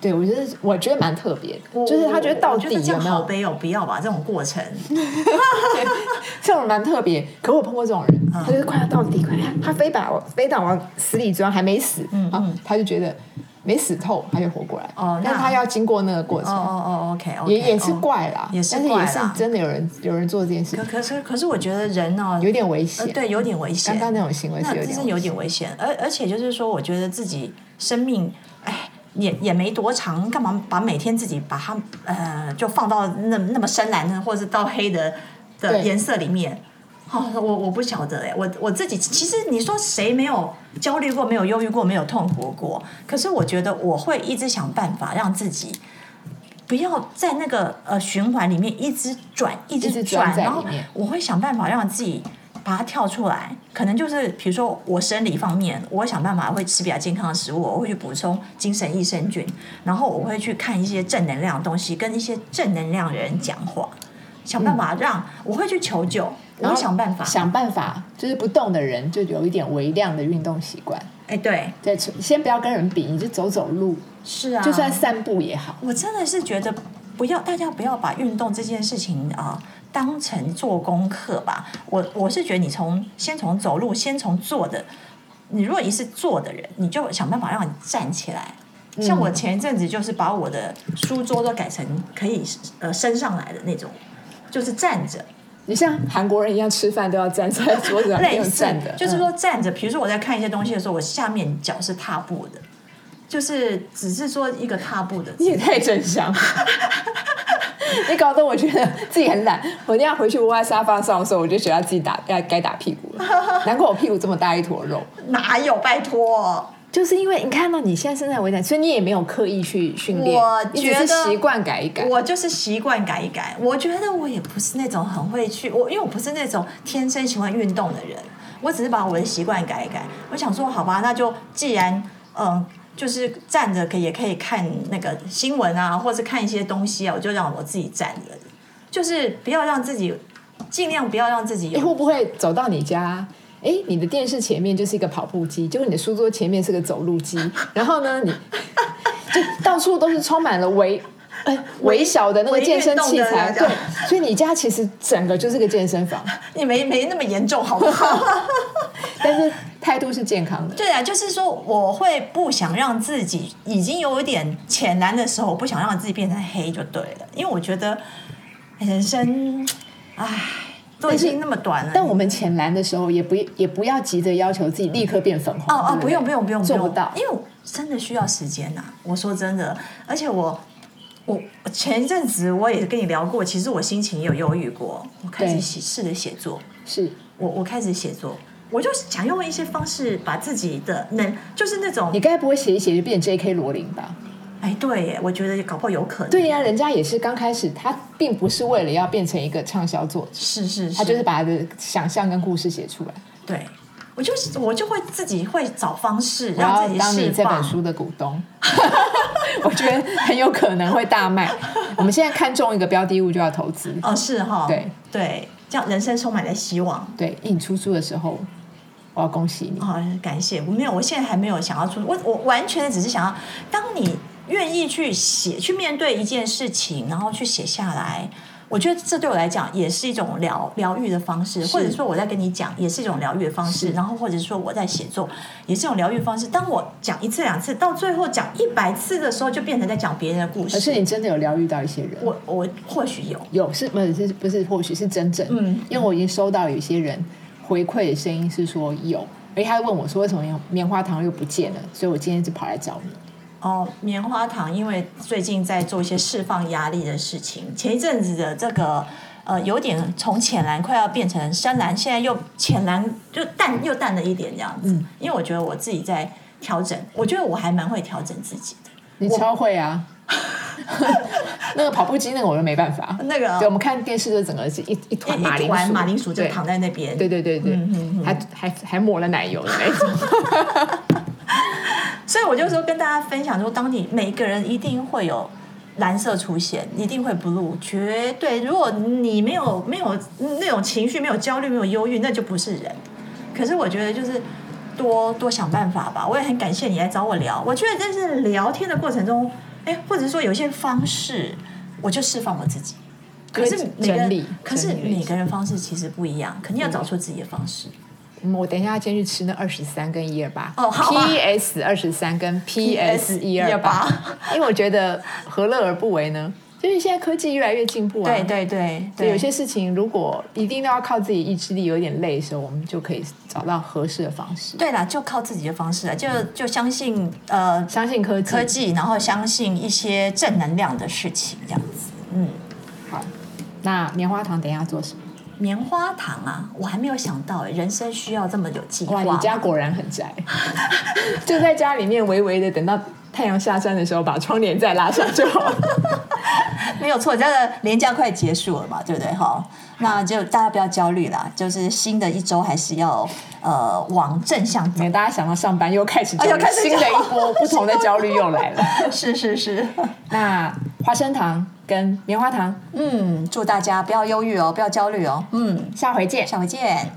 [SPEAKER 1] 对我觉得我觉得蛮特别的，
[SPEAKER 2] 我
[SPEAKER 1] 就是他觉得到
[SPEAKER 2] 我
[SPEAKER 1] 底
[SPEAKER 2] 得这
[SPEAKER 1] 有
[SPEAKER 2] 样
[SPEAKER 1] 没
[SPEAKER 2] 好
[SPEAKER 1] 有
[SPEAKER 2] 悲哦，不要吧，这种 过程。
[SPEAKER 1] 这种蛮特别，可我碰过这种人，
[SPEAKER 2] 嗯
[SPEAKER 1] 他就是快要到底，快要他非把我非但往死里钻，还没死，
[SPEAKER 2] 嗯
[SPEAKER 1] 啊，他就觉得没死透，他就活过来。
[SPEAKER 2] 哦那
[SPEAKER 1] 但他要经过那个过
[SPEAKER 2] 哦
[SPEAKER 1] 程，
[SPEAKER 2] 哦哦，OK OK，
[SPEAKER 1] 也也是。怪啦，
[SPEAKER 2] 也是
[SPEAKER 1] 但是
[SPEAKER 2] 怪
[SPEAKER 1] 也
[SPEAKER 2] 啦
[SPEAKER 1] 是真的有人有人做这件事
[SPEAKER 2] 可，可是可是，我觉得人哦，
[SPEAKER 1] 有点危
[SPEAKER 2] 呃
[SPEAKER 1] 险。
[SPEAKER 2] 对，有点危险。
[SPEAKER 1] 刚刚那种行为是
[SPEAKER 2] 那
[SPEAKER 1] 有
[SPEAKER 2] 真是
[SPEAKER 1] 点
[SPEAKER 2] 有
[SPEAKER 1] 危险，
[SPEAKER 2] 点危险，而而且就是说，我觉得自己生命，哎，也也没多长，干嘛把每天自己把它呃就放到那那么深蓝的，或者是到黑的的
[SPEAKER 1] 对
[SPEAKER 2] 颜色里面？哦，我我不晓得哎，我我自己其实你说谁没有焦虑过，没有忧郁过，没有痛苦过？可是我觉得我会一直想办法让自己。不要在那个呃循环里面一直转，一
[SPEAKER 1] 一
[SPEAKER 2] 直
[SPEAKER 1] 直
[SPEAKER 2] 转，
[SPEAKER 1] 钻在
[SPEAKER 2] 然后
[SPEAKER 1] 里面
[SPEAKER 2] 我会想办法让自己把它跳出来。可能就是比如说我生理方面，我想办法会吃比较健康的食物，我会去补充精神益生菌，然后我会去看一些正能量的东西，跟一些正能量的人讲话，想办法让、我会去求救，我
[SPEAKER 1] 嗯然
[SPEAKER 2] 会
[SPEAKER 1] 后
[SPEAKER 2] 想办法。
[SPEAKER 1] 想办法，就是不动的人就有一点微量的运动习惯。
[SPEAKER 2] 哎，对，
[SPEAKER 1] 对，先不要跟人比，你就走走路，
[SPEAKER 2] 是啊，
[SPEAKER 1] 就算散步也好。
[SPEAKER 2] 我真的是觉得不要大家不要把运动这件事情啊、当成做功课吧。我我是觉得你从先从走路，先从做的。你如果你是坐的人，你就想办法让你站起来。像
[SPEAKER 1] 嗯
[SPEAKER 2] 我前一阵子就是把我的书桌都改成可以呃升上来的那种，就是站着，
[SPEAKER 1] 你像韩国人一样吃饭都要站在桌子上，啊没
[SPEAKER 2] 类
[SPEAKER 1] 有
[SPEAKER 2] 似
[SPEAKER 1] 站的，
[SPEAKER 2] 就是
[SPEAKER 1] 嗯
[SPEAKER 2] 说站着。比如说我在看一些东西的时候，我下面脚是踏步的，就是只是说一个踏步的
[SPEAKER 1] 你也太正向了。 你搞得我觉得自己很懒，我那样回去窝在沙发上的时候，我就觉得自己打该该打屁股 了。难怪我屁股这么大一坨肉，
[SPEAKER 2] 哪有？拜托。
[SPEAKER 1] 就是因为你看到你现在身材为难，所以你也没有刻意去训练
[SPEAKER 2] 我，
[SPEAKER 1] 你
[SPEAKER 2] 觉
[SPEAKER 1] 只是
[SPEAKER 2] 得
[SPEAKER 1] 习惯改一改。
[SPEAKER 2] 我就是习惯改一改。我觉得我也不是那种很会去，我因为我不是那种天生喜欢运动的人，我只是把我的习惯改一改。我想说，好吧，那就既然嗯、呃就是站着可以也可以看那个新闻啊，或是看一些东西啊，我就让我自己站着，就是不要让自己，尽量不要让自己
[SPEAKER 1] 你
[SPEAKER 2] 有。
[SPEAKER 1] 哎会不会走到你家？哎，你的电视前面就是一个跑步机，结果你的书桌前面是个走路 机，然后呢，你就到处都是充满了微。哎微小的那个
[SPEAKER 2] 微
[SPEAKER 1] 健身器
[SPEAKER 2] 运动的
[SPEAKER 1] 材，
[SPEAKER 2] 那种
[SPEAKER 1] 对，所以你家其实整个就是个健身 房，
[SPEAKER 2] 你没没那么严重，好不好？
[SPEAKER 1] 但是态度是健康的。
[SPEAKER 2] 对啊，就是说我会不想让自己已经有一点浅蓝的时候，我不想让自己变成黑就对了，因为我觉得人生，唉，都已
[SPEAKER 1] 是
[SPEAKER 2] 经那么短了。
[SPEAKER 1] 但我们浅蓝的时候，也不也不要急着要求自己立刻变粉红。
[SPEAKER 2] 哦哦，
[SPEAKER 1] 对
[SPEAKER 2] 不
[SPEAKER 1] 对
[SPEAKER 2] 用不用不用，
[SPEAKER 1] 做不
[SPEAKER 2] 用
[SPEAKER 1] 到
[SPEAKER 2] 因为我真的需要时间呐、我说真的，而且我我我前一阵子我也跟你聊过，其实我心情也有忧郁过，我开始
[SPEAKER 1] 对
[SPEAKER 2] 写试着写作，
[SPEAKER 1] 是
[SPEAKER 2] 我我开始写作，我就想用一些方式把自己的能，就是那种
[SPEAKER 1] 你，该不会写一写就变 J.K. 罗琳吧？
[SPEAKER 2] 哎，对耶，我觉得搞不好有可能。
[SPEAKER 1] 对呀、人家也是刚开始，他并不是为了要变成一个畅销作者，
[SPEAKER 2] 是是是，
[SPEAKER 1] 他就是把他的想象跟故事写出来，
[SPEAKER 2] 对，我就是我就会自己会找方式
[SPEAKER 1] 然
[SPEAKER 2] 让
[SPEAKER 1] 后
[SPEAKER 2] 自己
[SPEAKER 1] 当你
[SPEAKER 2] 释
[SPEAKER 1] 这
[SPEAKER 2] 放
[SPEAKER 1] 本。书的股东， 我觉得很有可能会大卖。我们现在看中一个标的物就要投资，
[SPEAKER 2] 哦，是哈、
[SPEAKER 1] 对
[SPEAKER 2] 对，这样人生充满了希望。
[SPEAKER 1] 对，印出书的时候，我要恭喜你。
[SPEAKER 2] 啊、感谢，我没有，我现在还没有想要出，我我完全的只是想要，当你愿意去写、去面对一件事情，然后去写下来，我觉得这对我来讲也是一种疗疗愈的方式，或者说我在跟你讲也是一种疗愈的方式，然后或者说我在写作也是一种疗愈方式。当我讲一次两次，到最后讲一百次的时候，就变成在讲别人的故
[SPEAKER 1] 而是
[SPEAKER 2] 事。
[SPEAKER 1] 你真的有疗愈到一些人，
[SPEAKER 2] 我我或许有，
[SPEAKER 1] 有是不是是不是或许是真正，
[SPEAKER 2] 嗯
[SPEAKER 1] 因为我已经收到有一些人回馈的声音是说有，而且他问我说为什么棉花糖又不见了，所以我今天就跑来找你。
[SPEAKER 2] 哦，棉花糖，因为最近在做一些释放压力的事情。前一阵子的这个呃，有点从浅蓝快要变成深蓝，现在又浅蓝就淡又淡了一点这样子。
[SPEAKER 1] 嗯
[SPEAKER 2] 因为我觉得我自己在调整，我觉得我还蛮会调整自己的。
[SPEAKER 1] 你超会 啊！ 那个跑步机那个我就没办法，
[SPEAKER 2] 那个
[SPEAKER 1] 对我们看电视就整个是一一团马
[SPEAKER 2] 一一
[SPEAKER 1] 铃
[SPEAKER 2] 团
[SPEAKER 1] 薯，
[SPEAKER 2] 马铃薯就
[SPEAKER 1] 对
[SPEAKER 2] 躺在那边，
[SPEAKER 1] 对对对对，
[SPEAKER 2] 嗯嗯嗯
[SPEAKER 1] 还还还抹了奶油的那种。
[SPEAKER 2] 所以我就说跟大家分享说，当你每个人一定会有蓝色出现，一定会 blue，绝对。如果你没有没有那种情绪，没有焦虑，没有忧郁，那就不是人。可是我觉得就是多多想办法吧。我也很感谢你来找我聊，我觉得在这聊天的过程中，哎，或者说有一些方式，我就释放我自己。可是每个
[SPEAKER 1] 整
[SPEAKER 2] 人
[SPEAKER 1] 理，
[SPEAKER 2] 可是
[SPEAKER 1] 整理
[SPEAKER 2] 每个人方式其实不一样，肯定要找出自己的方式。
[SPEAKER 1] 嗯我等一下要先去吃那二十三跟一二八
[SPEAKER 2] 哦好啊
[SPEAKER 1] ，PS 二十三跟 PS 一二八
[SPEAKER 2] 128，
[SPEAKER 1] 因为我觉得何乐而不为呢？就是现在科技越来越进步啊，
[SPEAKER 2] 对对对
[SPEAKER 1] 对，有些事情如果一定要靠自己意志力，有点累的时候，我们就可以找到合适的方式。
[SPEAKER 2] 对啦，就靠自己的方式啊，就
[SPEAKER 1] 嗯
[SPEAKER 2] 就相信呃
[SPEAKER 1] 相信科技，
[SPEAKER 2] 科技，然后相信一些正能量的事情，这样子。嗯，
[SPEAKER 1] 好。那棉花糖等一下做什么？
[SPEAKER 2] 棉花糖啊，我还没有想到哎，人生需要这么有计划
[SPEAKER 1] 哇，
[SPEAKER 2] 吗。
[SPEAKER 1] 你家果然很宅， 就在家里面微微的等到太阳下山的时候，把窗帘再拉上就好了。
[SPEAKER 2] 没有错，这个年假快结束了嘛，对不对？哈，那就大家不要焦虑啦，就是新的一周还是要呃往正向走
[SPEAKER 1] 因。为大家想到上班哦又开始焦虑，
[SPEAKER 2] 哎呦开始
[SPEAKER 1] 新的一波不同的焦虑又来了。
[SPEAKER 2] 是是是，
[SPEAKER 1] 那花生糖跟棉花糖，
[SPEAKER 2] 嗯，祝大家不要忧郁哦，不要焦虑哦，嗯，
[SPEAKER 1] 下回见。
[SPEAKER 2] 下回见。